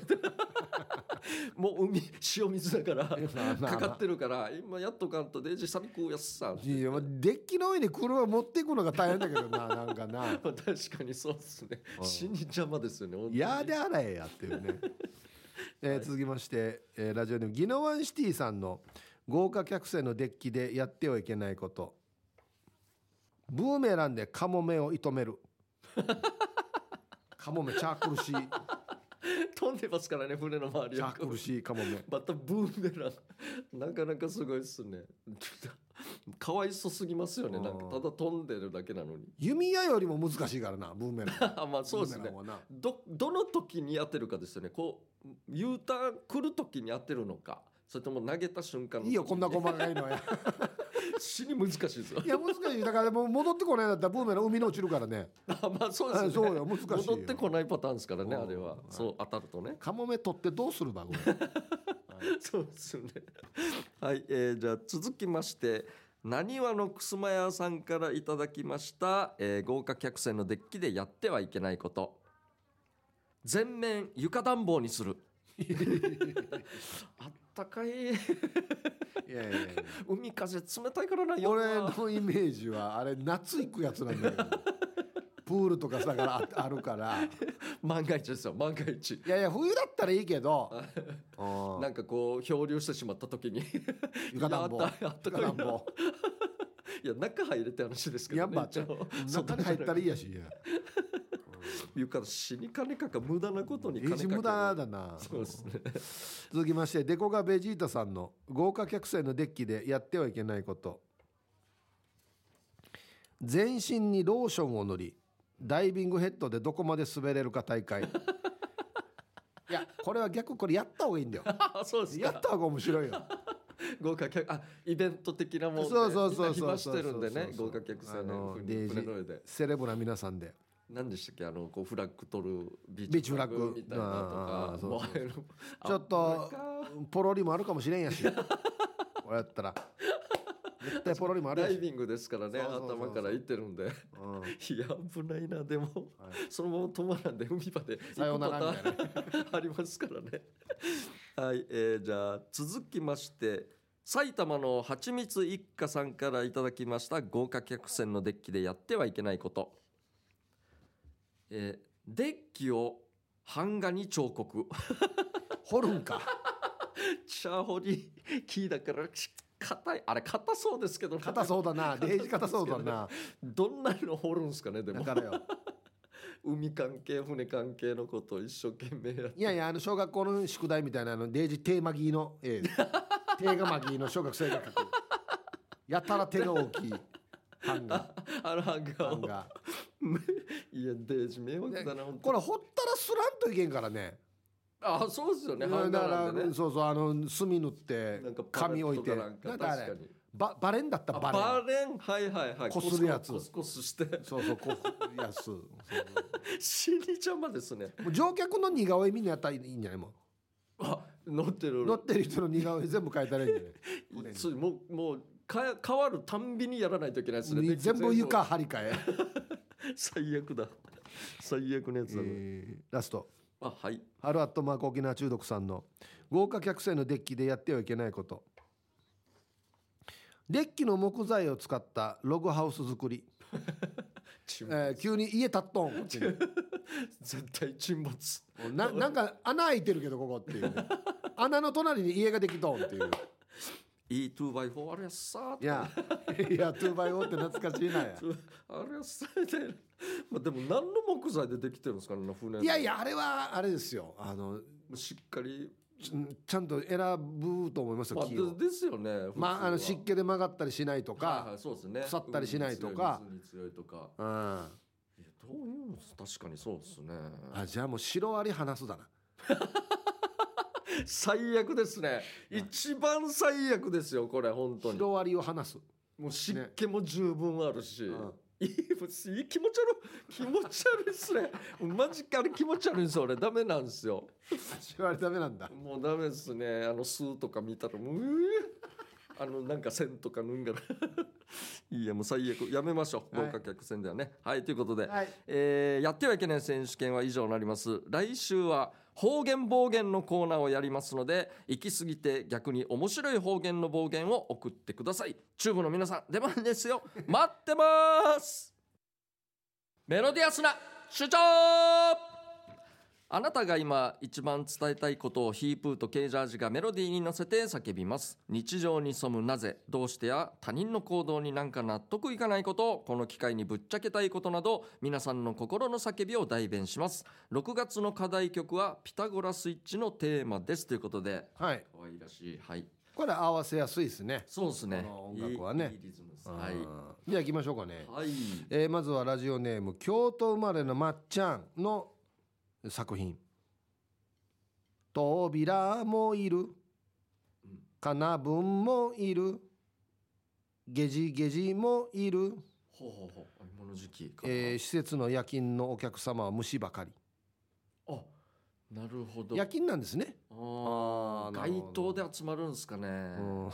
[SPEAKER 1] もう海、塩水だ か
[SPEAKER 2] まあま
[SPEAKER 1] ら、
[SPEAKER 2] あ
[SPEAKER 1] かかってるから、今やっとかんと、デジサビクーやっさ。
[SPEAKER 2] いやまあデッキの上に車持っていくのが大変だけどななんかな
[SPEAKER 1] 確かにそうですね。
[SPEAKER 2] うん
[SPEAKER 1] 死に邪魔ですよね。本当に
[SPEAKER 2] やで洗えやってい うね、えー続きまして、えーラジオネームギノワンシティさんの豪華客船のデッキでやってはいけないことブーメランでカモメを射止 めるカモメチャークルシー
[SPEAKER 1] 飛んでますからね船の周り
[SPEAKER 2] チャ
[SPEAKER 1] を
[SPEAKER 2] ークルシーカモメ
[SPEAKER 1] またブーメランなかなかすごいっすねちょっとかわいそすぎますよね
[SPEAKER 2] うん
[SPEAKER 1] なんかただ飛んでるだけなのに
[SPEAKER 2] 弓矢よりも難しいからなブーメラン
[SPEAKER 1] あまあ そうです
[SPEAKER 2] ブ
[SPEAKER 1] ね
[SPEAKER 2] ーメランはな
[SPEAKER 1] どどの時に当てるかですよねこう U ターン来る時に当てるのかそれとも投げた瞬間の時
[SPEAKER 2] い
[SPEAKER 1] に
[SPEAKER 2] いよこんな細かいのは
[SPEAKER 1] 死に難しいですよ
[SPEAKER 2] いや難しいだからもう戻ってこないんだったらブーメラン海に落ちるからね
[SPEAKER 1] あまあそうです
[SPEAKER 2] あ
[SPEAKER 1] ね
[SPEAKER 2] そうよ難しいよ
[SPEAKER 1] 戻ってこないパターンですからね
[SPEAKER 2] うん
[SPEAKER 1] あれはそう当たるとね
[SPEAKER 2] カモメ取ってどうするばこれ
[SPEAKER 1] そうですよね。はい、えーじゃあ続きまして、なにわのくすま屋さんからいただきました、えー豪華客船のデッキでやってはいけないこと。全面床暖房にす る。あったかい。
[SPEAKER 2] いやいやいや
[SPEAKER 1] 海風冷たいからな、夜
[SPEAKER 2] 俺
[SPEAKER 1] は
[SPEAKER 2] のイメージ はあれ夏行くやつなんだけどプールとかさからああるから
[SPEAKER 1] 万が一ですよ、万が一。
[SPEAKER 2] いやいや冬だったらいいけ どうん
[SPEAKER 1] なんかこう漂流してしまった時に
[SPEAKER 2] 床暖房
[SPEAKER 1] い やあったあったかい
[SPEAKER 2] 床
[SPEAKER 1] な
[SPEAKER 2] 暖房
[SPEAKER 1] いや中入れって話ですけ
[SPEAKER 2] や
[SPEAKER 1] ど
[SPEAKER 2] ん
[SPEAKER 1] ね
[SPEAKER 2] ばっちゃ
[SPEAKER 1] 一応
[SPEAKER 2] 中に入ったらいいやし いや
[SPEAKER 1] 床死に金かか無駄なことに
[SPEAKER 2] え
[SPEAKER 1] 金かけ
[SPEAKER 2] じ
[SPEAKER 1] る
[SPEAKER 2] 無駄だな
[SPEAKER 1] そうですね
[SPEAKER 2] 続きましてデコがベジータさんの豪華客船のデッキでやってはいけないこと全身にローションを塗りダイビングヘッドでどこまで滑れるか大 会いやこれは逆これやった方がいいんだよ
[SPEAKER 1] あそうです
[SPEAKER 2] や
[SPEAKER 1] か
[SPEAKER 2] った方が面白 いよ
[SPEAKER 1] 豪華客あイベント的なもんで
[SPEAKER 2] そうそうそう
[SPEAKER 1] みん
[SPEAKER 2] そ
[SPEAKER 1] な暇
[SPEAKER 2] う
[SPEAKER 1] してるんでね
[SPEAKER 2] そうそうそう
[SPEAKER 1] 豪華客船
[SPEAKER 2] あの
[SPEAKER 1] の船
[SPEAKER 2] デイジー
[SPEAKER 1] 船の上で
[SPEAKER 2] セレブな皆さんで
[SPEAKER 1] 何でしたっけあのこうフラッグ取るビ
[SPEAKER 2] ビーチフラッグ
[SPEAKER 1] みたいなと
[SPEAKER 2] あーあーあ
[SPEAKER 1] か
[SPEAKER 2] ーそうそう
[SPEAKER 1] もうああいうの
[SPEAKER 2] ちょっ
[SPEAKER 1] あ
[SPEAKER 2] と
[SPEAKER 1] これか
[SPEAKER 2] ポロリもあるかもしれんやしこれやったら絶対ポロリもある
[SPEAKER 1] ダ
[SPEAKER 2] や
[SPEAKER 1] イ
[SPEAKER 2] し、
[SPEAKER 1] ビングですからね
[SPEAKER 2] そうそうそうそう
[SPEAKER 1] 頭から行ってるんでい
[SPEAKER 2] うんは
[SPEAKER 1] や危 ないなでも
[SPEAKER 2] い、
[SPEAKER 1] そのまま止まらんで海まで
[SPEAKER 2] さよ
[SPEAKER 1] 行
[SPEAKER 2] う
[SPEAKER 1] くパ
[SPEAKER 2] な
[SPEAKER 1] タ
[SPEAKER 2] らみ
[SPEAKER 1] ーン
[SPEAKER 2] たいな
[SPEAKER 1] ありますからね。はい、えーじゃあ続きまして埼玉のはちみつ一家さんからいただきました豪華客船のデッキでやってはいけないこと、えーデッキを版画に彫刻
[SPEAKER 2] 掘るんか
[SPEAKER 1] チャーホリキーだから硬いあれ硬そうですけどね
[SPEAKER 2] 硬そうだなデージ硬そうだな
[SPEAKER 1] どんなの掘るんですかねで
[SPEAKER 2] だ
[SPEAKER 1] も
[SPEAKER 2] からよ
[SPEAKER 1] 海関係船関係のことを一生懸命やって
[SPEAKER 2] いやいやあの小学校の宿題みたいなあのデージテーマギーの絵テーマギーの小学生が描くやたら手が大きい版画
[SPEAKER 1] あの版画
[SPEAKER 2] 版
[SPEAKER 1] を
[SPEAKER 2] 画
[SPEAKER 1] いやデージ迷惑だな本当に
[SPEAKER 2] これ掘ったらすらんといけんからね
[SPEAKER 1] あそうですよね。
[SPEAKER 2] だか
[SPEAKER 1] 版画な
[SPEAKER 2] ら
[SPEAKER 1] んでね。
[SPEAKER 2] そうそうあの墨塗って
[SPEAKER 1] なんか
[SPEAKER 2] 紙置いて
[SPEAKER 1] パレットかなんか
[SPEAKER 2] なんかあれ
[SPEAKER 1] 確かに。
[SPEAKER 2] ババレンだった
[SPEAKER 1] あ
[SPEAKER 2] バレン
[SPEAKER 1] バレンはいはいはい。
[SPEAKER 2] こするやつ
[SPEAKER 1] コスコスコスコスして
[SPEAKER 2] そうそうこうやすそう
[SPEAKER 1] 死に邪魔ですね。
[SPEAKER 2] もう乗客の似顔絵みんなやったらいいんじゃないも
[SPEAKER 1] あ乗って
[SPEAKER 2] う
[SPEAKER 1] る。
[SPEAKER 2] 乗ってる人の似顔絵全部描いたらいいんじゃない船に
[SPEAKER 1] ついもうもうか変わるたんびにやらないといけないですね。
[SPEAKER 2] 全部床張り替え、
[SPEAKER 1] 最悪だ。最悪のやつだ、ね
[SPEAKER 2] えーラスト
[SPEAKER 1] あはい。
[SPEAKER 2] ハルアットマーク沖縄中毒さんの豪華客船のデッキでやってはいけないことデッキの木材を使ったログハウス作り、
[SPEAKER 1] 沈没
[SPEAKER 2] えー急に家立っとんこっちに
[SPEAKER 1] 絶対沈没。
[SPEAKER 2] ななんか穴開いてるけどここっていうね、穴の隣に家ができとんっていう
[SPEAKER 1] E2Y4 あれやっさーって
[SPEAKER 2] いやいや 2x4 って懐かしいなや
[SPEAKER 1] あれやっさーみたいな。まあでも何の木材でできてるんですかね船の。
[SPEAKER 2] いやいやあれはあれですよあの
[SPEAKER 1] もうしっかり
[SPEAKER 2] ちちゃんと選ぶと思います
[SPEAKER 1] ま
[SPEAKER 2] よ
[SPEAKER 1] あ、
[SPEAKER 2] 木を、
[SPEAKER 1] でですよね。普通
[SPEAKER 2] まあ、あの
[SPEAKER 1] は
[SPEAKER 2] 湿気で曲がったりしないと
[SPEAKER 1] はいは
[SPEAKER 2] か、
[SPEAKER 1] いそうですね、
[SPEAKER 2] 腐ったりしないとか
[SPEAKER 1] 海に強い水に強いとか。
[SPEAKER 2] うん
[SPEAKER 1] いやどういうの確かにそうですね。
[SPEAKER 2] あじゃあもうシロアリ話すだな
[SPEAKER 1] 最悪ですね。一番最悪ですよこれ本当
[SPEAKER 2] シ
[SPEAKER 1] に。
[SPEAKER 2] ロアリを話す、
[SPEAKER 1] もう湿気も十分あるし。
[SPEAKER 2] うん
[SPEAKER 1] いいもういい気持ち悪い気持ち悪いっすねマジかあれ気持ち悪いんですよ俺ダメなんですよ
[SPEAKER 2] シロアリダメなんだ
[SPEAKER 1] もうダメですねあの巣とか見たらもううえあのなんか線とかぬんがら いやもう最悪やめましょう
[SPEAKER 2] は
[SPEAKER 1] 豪
[SPEAKER 2] い
[SPEAKER 1] 華客船ではねはいということで、
[SPEAKER 2] はい
[SPEAKER 1] えーやってはいけない選手権は以上になります来週は方言暴言のコーナーをやりますので行き過ぎて逆に面白い方言の暴言を送ってくださいチューブの皆さん出番です よ待ってますメロディアスな主張あなたが今一番伝えたいことをヒープーとケイジャージがメロディーに乗せて叫びます日常に潜むなぜどうしてや他人の行動になんか納得いかないことこの機会にぶっちゃけたいことなど皆さんの心の叫びを代弁します6月の課題曲はピタゴラスイッチのテーマですということで
[SPEAKER 2] はい
[SPEAKER 1] 可愛らしいはい
[SPEAKER 2] これ合わせやすいですね
[SPEAKER 1] そうですね
[SPEAKER 2] この音楽はね
[SPEAKER 1] いいいいリズムですはい
[SPEAKER 2] いじゃあ行きましょうかね、
[SPEAKER 1] はい
[SPEAKER 2] えーまずはラジオネーム京都生まれのまっちゃんの作品「扉もいる
[SPEAKER 1] ん
[SPEAKER 2] 金分もいるゲジゲジもいる
[SPEAKER 1] ほうほうほう今の時期」かな
[SPEAKER 2] えー施設の夜勤のお客様は虫ばかり
[SPEAKER 1] あなるほど
[SPEAKER 2] 夜勤なんですね、
[SPEAKER 1] あ
[SPEAKER 2] あー
[SPEAKER 1] あ
[SPEAKER 2] なる
[SPEAKER 1] 街
[SPEAKER 2] ほど
[SPEAKER 1] 頭で集まるんですかね、
[SPEAKER 2] うん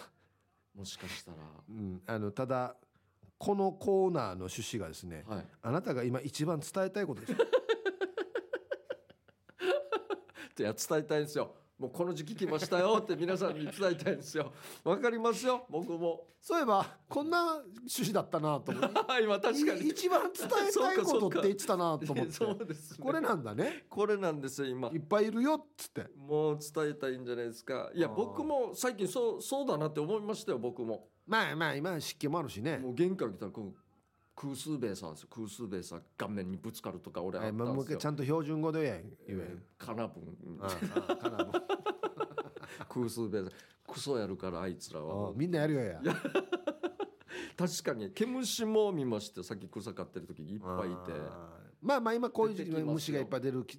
[SPEAKER 1] もしかしたら
[SPEAKER 2] うん、あのただこのコーナーの趣旨がですね、
[SPEAKER 1] はい
[SPEAKER 2] あなたが今一番伝えたいことです
[SPEAKER 1] いや伝えたいんですよもうこの時期来ましたよって皆さんに伝えたいんですよわかりますよ僕も
[SPEAKER 2] そういえばこんな趣旨だったなと思って
[SPEAKER 1] 今確かに
[SPEAKER 2] い一番伝えたいことって言ってたなと思っ て
[SPEAKER 1] そうです、ね、
[SPEAKER 2] これなんだね
[SPEAKER 1] これなんですよ今
[SPEAKER 2] いっぱいいるよっつって
[SPEAKER 1] もう伝えたいんじゃないですかいや
[SPEAKER 2] あー
[SPEAKER 1] 僕も最近そうそうだなって思いましたよ僕も
[SPEAKER 2] まあまあ今湿気もあるしね
[SPEAKER 1] もう玄関来たらこう空数ベーサーですよ空数ベーサー顔面にぶつかるとか俺あっ
[SPEAKER 2] え
[SPEAKER 1] た
[SPEAKER 2] ー
[SPEAKER 1] ん
[SPEAKER 2] まあもう
[SPEAKER 1] です
[SPEAKER 2] 一回
[SPEAKER 1] よ
[SPEAKER 2] ちゃんと標準語で言え言え
[SPEAKER 1] カナブン
[SPEAKER 2] あああかなも
[SPEAKER 1] 空数ベーサークソやるからあいつらはも
[SPEAKER 2] う
[SPEAKER 1] う
[SPEAKER 2] あみんなやるよや
[SPEAKER 1] 確かに毛虫も見ましてさっき草買ってる時いっぱいい
[SPEAKER 2] あーまあまあ今こういう時期
[SPEAKER 1] 出てきますよ
[SPEAKER 2] 虫がいっぱい出るき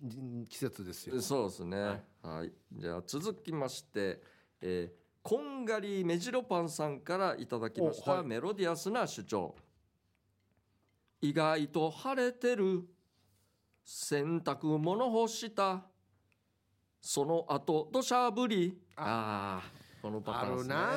[SPEAKER 2] 季節ですよ
[SPEAKER 1] てそうですねはい、じゃあ続きまして、えー、こんがりめじろパンさんからいただきました、
[SPEAKER 2] おはい
[SPEAKER 1] メロディアスな主張意外と晴れてる洗濯物干したその後土砂降りああーこのパタ
[SPEAKER 2] あ
[SPEAKER 1] ーンで
[SPEAKER 2] る
[SPEAKER 1] すね
[SPEAKER 2] な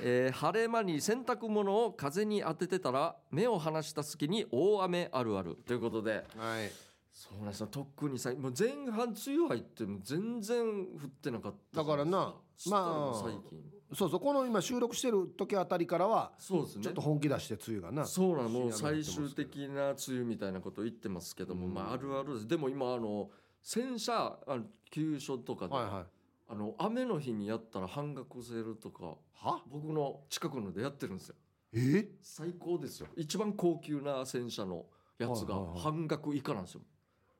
[SPEAKER 1] えー晴れ間に洗濯物を風に当ててたら目を離した隙に大雨あるあるということで
[SPEAKER 2] あはい
[SPEAKER 1] そうなんですよ特にさもう前半梅雨入っても全然降ってなかった
[SPEAKER 2] だからな
[SPEAKER 1] そした
[SPEAKER 2] ま
[SPEAKER 1] らもう
[SPEAKER 2] あ
[SPEAKER 1] 最近
[SPEAKER 2] そうそうこの今収録してる時あたりからは
[SPEAKER 1] そうですね
[SPEAKER 2] ちょっと本気出して梅雨がな
[SPEAKER 1] そうなのもう
[SPEAKER 2] 深夜にな
[SPEAKER 1] 最
[SPEAKER 2] ってますけ
[SPEAKER 1] 終
[SPEAKER 2] ど
[SPEAKER 1] 的な梅雨みたいなことを言ってますけども、
[SPEAKER 2] うん
[SPEAKER 1] まああるあるですでも今あの洗車あの急所とかで、
[SPEAKER 2] はいはい
[SPEAKER 1] あの雨の日にやったら半額セールとか
[SPEAKER 2] は
[SPEAKER 1] 僕の近くのでやってるんですよ
[SPEAKER 2] え
[SPEAKER 1] 最高ですよ一番高級な洗車のやつが
[SPEAKER 2] はいはいはい
[SPEAKER 1] 半額以下なんですよ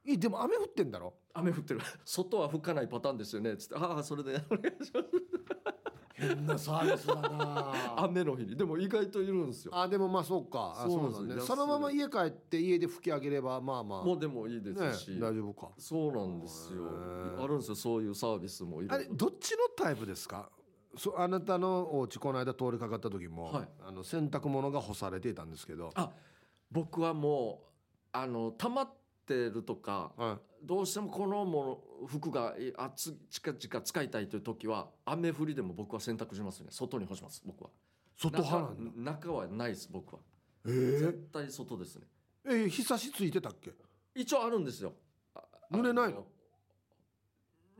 [SPEAKER 2] えでも雨降ってんだろ
[SPEAKER 1] 雨降ってる外は吹かないパターンですよねつってああそれで お願いします
[SPEAKER 2] 変なサービスだな
[SPEAKER 1] 雨の日にでも意外といるんですよ
[SPEAKER 2] あでもまあそうかあ
[SPEAKER 1] そうなん
[SPEAKER 2] そ
[SPEAKER 1] です
[SPEAKER 2] うだ
[SPEAKER 1] よ
[SPEAKER 2] ねそのまま家帰って家で拭き上げればまあまあ
[SPEAKER 1] もうでもいいで
[SPEAKER 2] ね
[SPEAKER 1] すし、
[SPEAKER 2] 大丈夫か
[SPEAKER 1] そうなんですよ
[SPEAKER 2] へー
[SPEAKER 1] あるんですよそういうサービスもいろ
[SPEAKER 2] あ
[SPEAKER 1] い
[SPEAKER 2] れ
[SPEAKER 1] ろ
[SPEAKER 2] どっちのタイプですかそあなたのお家この間通りかかった時も、
[SPEAKER 1] はい
[SPEAKER 2] あの洗濯物が干されていたんですけど、
[SPEAKER 1] あ僕はもうあの溜まってるとか
[SPEAKER 2] は、
[SPEAKER 1] どうしてもこのもの服がえあつ近々使いたいという時は雨降りでも僕は洗濯しますね外に干します僕はい
[SPEAKER 2] 外派なんだ
[SPEAKER 1] 中中はないです僕は
[SPEAKER 2] えー、
[SPEAKER 1] 絶対外ですね
[SPEAKER 2] えー日差しついてたっけ
[SPEAKER 1] 一応あるんですよあ
[SPEAKER 2] 濡れ
[SPEAKER 1] あ
[SPEAKER 2] ないの
[SPEAKER 1] の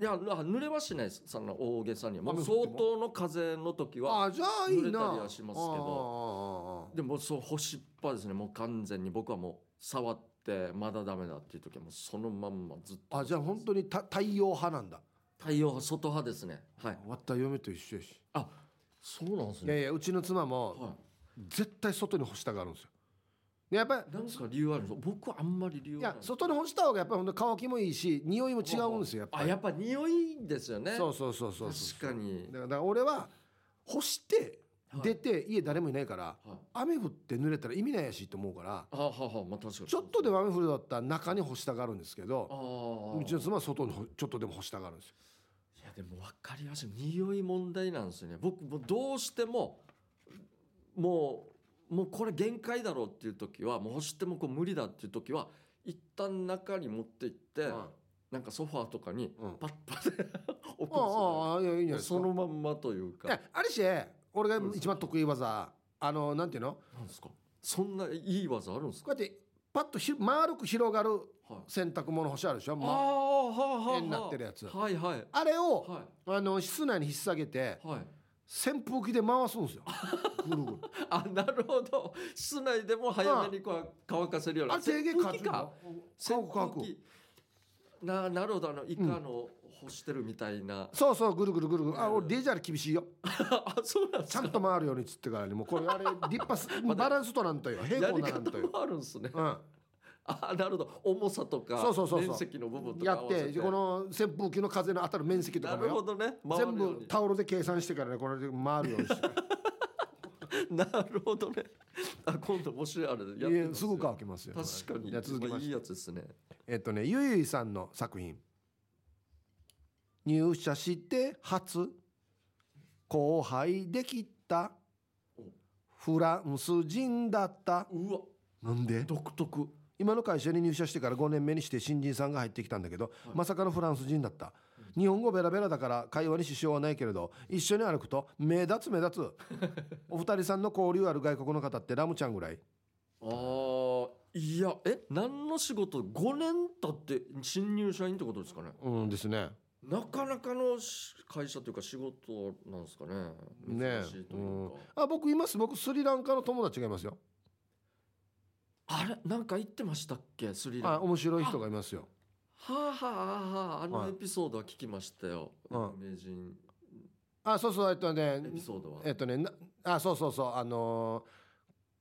[SPEAKER 1] いやな濡れはしないですそんな大げさにはもう
[SPEAKER 2] 雨降っても
[SPEAKER 1] 相当の風の時は
[SPEAKER 2] あーじゃあいいな
[SPEAKER 1] 濡れたりはしますけど
[SPEAKER 2] ど
[SPEAKER 1] でもそう干しっぱですねもう完全に僕はもう触ってまだダメだっていう時はもうそのまんまずっと
[SPEAKER 2] あじゃあ本当にた太陽派なんだ
[SPEAKER 1] 太陽派外派ですねはい
[SPEAKER 2] 終わった嫁と一緒やし
[SPEAKER 1] あそうなんです
[SPEAKER 2] い
[SPEAKER 1] ね
[SPEAKER 2] やいやうちの妻も
[SPEAKER 1] は
[SPEAKER 2] 絶対外に干したがるんですよでやっぱ
[SPEAKER 1] いなんか理由あるんですか僕はあんまり理由
[SPEAKER 2] りい
[SPEAKER 1] が
[SPEAKER 2] や
[SPEAKER 1] ない
[SPEAKER 2] 外に干した方がやっぱり本当乾きもいいし匂いも違うんですよやっぱ
[SPEAKER 1] あ
[SPEAKER 2] り
[SPEAKER 1] やっぱ匂いですよね
[SPEAKER 2] そうそうそうそうそう
[SPEAKER 1] 確かに
[SPEAKER 2] だからだから俺は干して
[SPEAKER 1] はい
[SPEAKER 2] 出て家誰もいないから、
[SPEAKER 1] はい
[SPEAKER 2] 雨降って濡れたら意味ないやしと思うから
[SPEAKER 1] あははまあ確かに
[SPEAKER 2] ちょっとでも雨降るだったら中に干したがるんですけ
[SPEAKER 1] あ
[SPEAKER 2] ど
[SPEAKER 1] あ
[SPEAKER 2] うちの妻は外にほちょっとでも干したがるんですよ。
[SPEAKER 1] いやでも分かりますよ匂い問題なんですよね僕もどうしてももうもうこれ限界だろうっていう時はもう干してもこう無理だっていう時は一旦中に持って行って、なんかソファーとかに
[SPEAKER 2] うん
[SPEAKER 1] パッパで 置くんです
[SPEAKER 2] ああ
[SPEAKER 1] よ、
[SPEAKER 2] ああいやいいんじゃない
[SPEAKER 1] ね、
[SPEAKER 2] ですか
[SPEAKER 1] そのまんまというか
[SPEAKER 2] いやあるし俺が一番得意技あのなんていうのこ
[SPEAKER 1] なんですかそんないい技あるんです
[SPEAKER 2] う
[SPEAKER 1] か、
[SPEAKER 2] やってパッとひ丸く広がる
[SPEAKER 1] はい、
[SPEAKER 2] 洗濯物干しあるでしょ、
[SPEAKER 1] ああ
[SPEAKER 2] ま
[SPEAKER 1] はあはあ
[SPEAKER 2] 円になってるやつ
[SPEAKER 1] はいはい
[SPEAKER 2] あれを
[SPEAKER 1] は
[SPEAKER 2] あの室内に引っ提げて
[SPEAKER 1] いはい
[SPEAKER 2] 扇風機で回すんですよぐるぐ る
[SPEAKER 1] あなるほど室内でも早めにこう乾かせるような
[SPEAKER 2] あれ制限
[SPEAKER 1] 扇
[SPEAKER 2] か
[SPEAKER 1] 風
[SPEAKER 2] つ
[SPEAKER 1] 機か
[SPEAKER 2] 乾く乾く
[SPEAKER 1] 扇風機ななるほどあのイカの干してるみたいな、
[SPEAKER 2] そうそうぐるぐるぐるぐるあ俺レジャー厳しいよ
[SPEAKER 1] あそうなんで
[SPEAKER 2] ち
[SPEAKER 1] す
[SPEAKER 2] ゃ
[SPEAKER 1] か
[SPEAKER 2] んと回るようにっつってからにもうこれ あれ立派すバランスとらんとよ平
[SPEAKER 1] や
[SPEAKER 2] 行
[SPEAKER 1] り
[SPEAKER 2] ならん
[SPEAKER 1] 方
[SPEAKER 2] とよ、
[SPEAKER 1] もあるんですね
[SPEAKER 2] うん、
[SPEAKER 1] あなるほど重さとか
[SPEAKER 2] そうそうそうそう
[SPEAKER 1] 面積の部分とか
[SPEAKER 2] や
[SPEAKER 1] 合
[SPEAKER 2] っ
[SPEAKER 1] わせ
[SPEAKER 2] てこの扇風機の風の当たる面積と
[SPEAKER 1] な
[SPEAKER 2] かも
[SPEAKER 1] るほ
[SPEAKER 2] よ
[SPEAKER 1] どね回
[SPEAKER 2] 全
[SPEAKER 1] るよう
[SPEAKER 2] 部
[SPEAKER 1] に
[SPEAKER 2] タオルで計算してからねこれで回るようにして
[SPEAKER 1] なるほどねあ今度もしあれで やってみ
[SPEAKER 2] い
[SPEAKER 1] ます
[SPEAKER 2] やす
[SPEAKER 1] よ
[SPEAKER 2] ぐ乾きますよ
[SPEAKER 1] 確かに
[SPEAKER 2] じゃあ続きまして
[SPEAKER 1] いいやつですね
[SPEAKER 2] えっとねゆいゆいさんの作品入社して初後輩できたフランス人だった
[SPEAKER 1] うわ
[SPEAKER 2] なんで
[SPEAKER 1] 独特
[SPEAKER 2] 今の会社に入社してから5年目にして新人さんが入ってきたんだけど、まさかのフランス人だった日本語ベラベラだから会話に支障はないけれど一緒に歩くと目立つ目 立つお二人さんの交流ある外国の方ってラムちゃんぐらい
[SPEAKER 1] あーいやえ何の仕事5年経って新入社員ってことですかね
[SPEAKER 2] うんですね
[SPEAKER 1] なかなかのし会社というか仕事なんですかね
[SPEAKER 2] ね
[SPEAKER 1] 珍しいというか、
[SPEAKER 2] あ僕います僕スリランカの友達がいますよ
[SPEAKER 1] あれなんか言ってましたっけスリラン
[SPEAKER 2] あ
[SPEAKER 1] カは
[SPEAKER 2] 面白い人がいますよ
[SPEAKER 1] あはあはああの
[SPEAKER 2] はい
[SPEAKER 1] エピソードは聞きましたよ、
[SPEAKER 2] うん
[SPEAKER 1] 名人
[SPEAKER 2] あそうそうえっとね
[SPEAKER 1] エピソードは
[SPEAKER 2] えっとねなあそうそうそうあのー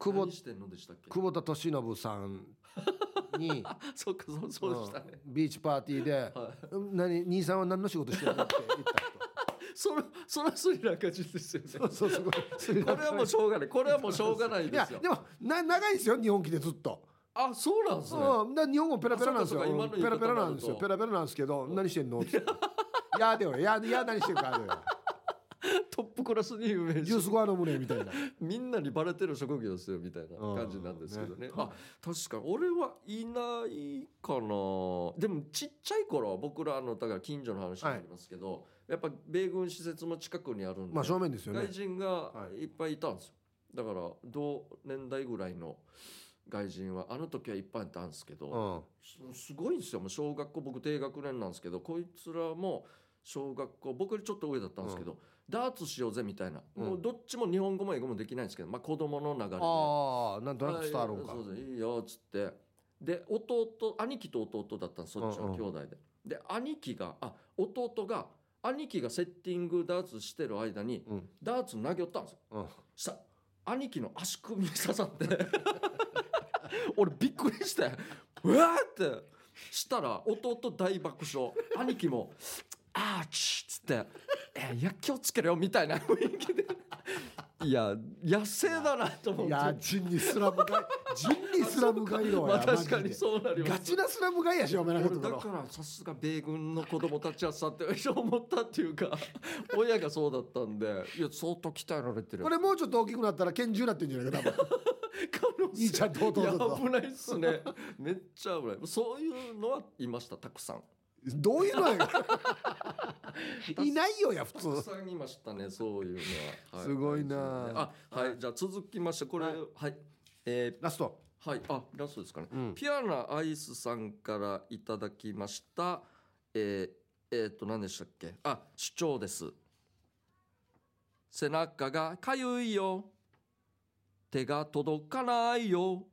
[SPEAKER 2] 久保
[SPEAKER 1] 何してんのでしたっけ
[SPEAKER 2] 久保田利信さんに
[SPEAKER 1] そうかそう そうでしたね、
[SPEAKER 2] うんビーチパーティーで
[SPEAKER 1] はい、
[SPEAKER 2] 「うん何兄さんは何の仕事してるの?」って言った
[SPEAKER 1] それそれはスリランカ人ですよね
[SPEAKER 2] 人そうそうすごい
[SPEAKER 1] これはもうしょうがないこれはもうしょうがない
[SPEAKER 2] い
[SPEAKER 1] で
[SPEAKER 2] や
[SPEAKER 1] すよ
[SPEAKER 2] でもな長いですよ日本来てずっと、
[SPEAKER 1] あそうなんですね
[SPEAKER 2] うん、だから日本語ペラペラなんですよ
[SPEAKER 1] あそうかそうか
[SPEAKER 2] ペラペラなんです
[SPEAKER 1] 今の言い
[SPEAKER 2] よ
[SPEAKER 1] 方だと
[SPEAKER 2] ペラペラなんですけど「何してんの?」って言って「いやでよいやいや何してるか」でよ
[SPEAKER 1] トップクラスに有名
[SPEAKER 2] ジュー
[SPEAKER 1] 人
[SPEAKER 2] スご飯飲むね」みたいな
[SPEAKER 1] みんなにバレてる職業ですよみたいな感じなんですけどね,、あ確かに俺はいないかなでもちっちゃい頃は僕らあのだから近所の話になりますけど、やっぱ米軍施設も近くにあるんで、
[SPEAKER 2] まあ正面ですよね
[SPEAKER 1] 外人が
[SPEAKER 2] はい
[SPEAKER 1] いっぱいいたんですよ、だから同年代ぐらいの外人はあの時はいっぱいいたんですけど、
[SPEAKER 2] うん
[SPEAKER 1] すすごいんですよもう小学校僕低学年なんですけどこいつらも小学校僕よりちょっと上だったんですけど、ダーツしようぜみたいな、
[SPEAKER 2] うん
[SPEAKER 1] もうどっちも日本語も英語もできないんですけど、まあ、子供の流れで
[SPEAKER 2] ああなんとなく伝わろうか
[SPEAKER 1] はいそうですいいよっつってで弟兄貴と弟だったのそっち
[SPEAKER 2] うんう
[SPEAKER 1] の
[SPEAKER 2] ん
[SPEAKER 1] 兄弟で、で兄貴があ弟が兄貴がセッティングダーツしてる間に
[SPEAKER 2] うん
[SPEAKER 1] ダーツ投げよったんですよ
[SPEAKER 2] うん
[SPEAKER 1] さ兄貴の足首に刺さって 俺びっくりして うわーってしたら弟大爆笑兄貴も 「あーち」っつって 「えー、いや気をつけろよ」みたいな雰囲気 でいや野生だなと思っ
[SPEAKER 2] い
[SPEAKER 1] て
[SPEAKER 2] や人にスラム街人にスラム街よ
[SPEAKER 1] まあ確かに
[SPEAKER 2] う
[SPEAKER 1] そうなりま
[SPEAKER 2] ガ
[SPEAKER 1] す
[SPEAKER 2] チなスラム街やしお前らの
[SPEAKER 1] 俺
[SPEAKER 2] とこ
[SPEAKER 1] だ
[SPEAKER 2] ろ
[SPEAKER 1] からさすが米軍の子供たちはさって思ったっていうか 親がそうだったんでいや相当鍛えられてる
[SPEAKER 2] これもうちょっと大きくなったら拳銃なってんじゃないか多分
[SPEAKER 1] 可能性
[SPEAKER 2] いいちゃんどうぞどうぞ
[SPEAKER 1] いや危ないっすねめっちゃ危ないそういうのはいましたたくさん
[SPEAKER 2] どういうのや いないよや普
[SPEAKER 1] たく
[SPEAKER 2] 通
[SPEAKER 1] さんいましたねそういうのは、は
[SPEAKER 2] すごいな
[SPEAKER 1] あはい、じゃあ続きましてこれは
[SPEAKER 2] はい
[SPEAKER 1] い、え
[SPEAKER 2] ラスト、
[SPEAKER 1] ーはいあラストですかね
[SPEAKER 2] うん、
[SPEAKER 1] ピアナアイスさんからいただきました。えー、えー、と、何でしたっけあ、主張です。背中がかゆいよ。手が届かないよ。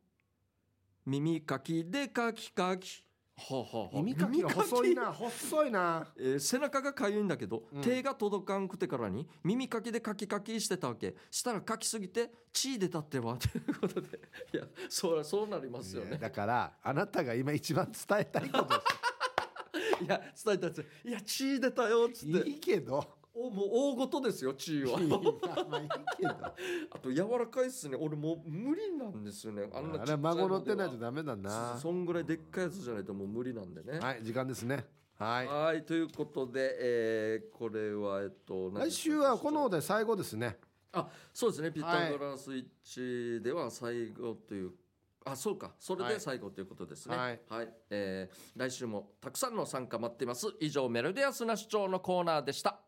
[SPEAKER 1] 耳かきでかきかき。ははは
[SPEAKER 2] 耳かきが細いな細いな
[SPEAKER 1] えー背中がかゆいんだけど、
[SPEAKER 2] うん
[SPEAKER 1] 手が届かんくてからに耳かきでカキカキしてたわけしたらかきすぎて血出たってはということでいやそうそうなりますよ
[SPEAKER 2] いや
[SPEAKER 1] ね
[SPEAKER 2] だからあなたが今一番伝えたいこと
[SPEAKER 1] いや伝えたやついや血出たよっつっ
[SPEAKER 2] です
[SPEAKER 1] て
[SPEAKER 2] いいけど
[SPEAKER 1] おもう大ごとですよ血
[SPEAKER 2] いや
[SPEAKER 1] は
[SPEAKER 2] まあいいけ ど
[SPEAKER 1] あと柔らかいっすね俺もう無理なんですよねあんなちっ
[SPEAKER 2] あ
[SPEAKER 1] ちゃ
[SPEAKER 2] れ
[SPEAKER 1] いのでは
[SPEAKER 2] 孫乗ってないとダメだな
[SPEAKER 1] そそんぐらいでっかいやつじゃないともう無理なんでね
[SPEAKER 2] はい時間ですねはい
[SPEAKER 1] はいということで、えーこれはえっと何でし
[SPEAKER 2] 来
[SPEAKER 1] たっけ
[SPEAKER 2] 週はこのお題最後ですね
[SPEAKER 1] あそうですねピタゴラスイッチでは最後という、あそうかそれ
[SPEAKER 2] はい
[SPEAKER 1] で最後ということですね
[SPEAKER 2] はい、
[SPEAKER 1] えー来週もたくさんの参加待ってます以上メロディアスな主張のコーナーでした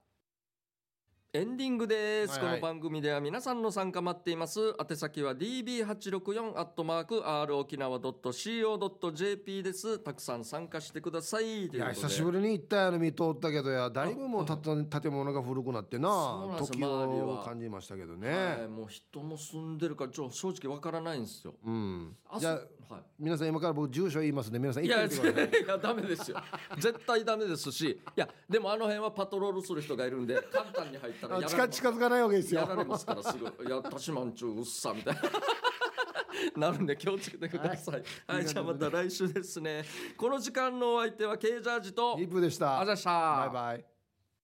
[SPEAKER 1] エンディングです、
[SPEAKER 2] はいはい
[SPEAKER 1] この番組では皆さんの参加待っています宛先は db864 アットマーク r 沖縄 .co.jp ですたくさん参加してください
[SPEAKER 2] いや久し
[SPEAKER 1] り
[SPEAKER 2] ぶりに行ったよね見通ったけどやだいぶもう
[SPEAKER 1] あ
[SPEAKER 2] たた建物が古くなって
[SPEAKER 1] そう
[SPEAKER 2] な
[SPEAKER 1] なんですよ
[SPEAKER 2] 時
[SPEAKER 1] 周り
[SPEAKER 2] を
[SPEAKER 1] は
[SPEAKER 2] 感じましたけど
[SPEAKER 1] はい、
[SPEAKER 2] ね
[SPEAKER 1] もう人も住んでるからちょ正直わからないんですよ
[SPEAKER 2] うん
[SPEAKER 1] あ
[SPEAKER 2] じゃあ
[SPEAKER 1] そはい
[SPEAKER 2] 皆さん今から僕住所言いますね皆さん
[SPEAKER 1] い
[SPEAKER 2] 行
[SPEAKER 1] や
[SPEAKER 2] っ
[SPEAKER 1] い
[SPEAKER 2] てみてください
[SPEAKER 1] やダメです よ絶対ダメですしいやでもあの辺はパトロールする人がいるんで簡単に入ったら
[SPEAKER 2] あ
[SPEAKER 1] やら
[SPEAKER 2] 近
[SPEAKER 1] れ
[SPEAKER 2] 近づかないわけです
[SPEAKER 1] や
[SPEAKER 2] よ
[SPEAKER 1] られますからすぐ「いやたしまんちゅううっさ」みたい ななるんで気をつけてくださいはい、じゃあまた来週ですねこの時間のお相手は K ジャージと
[SPEAKER 2] リップでした
[SPEAKER 1] あざした
[SPEAKER 2] バイバイ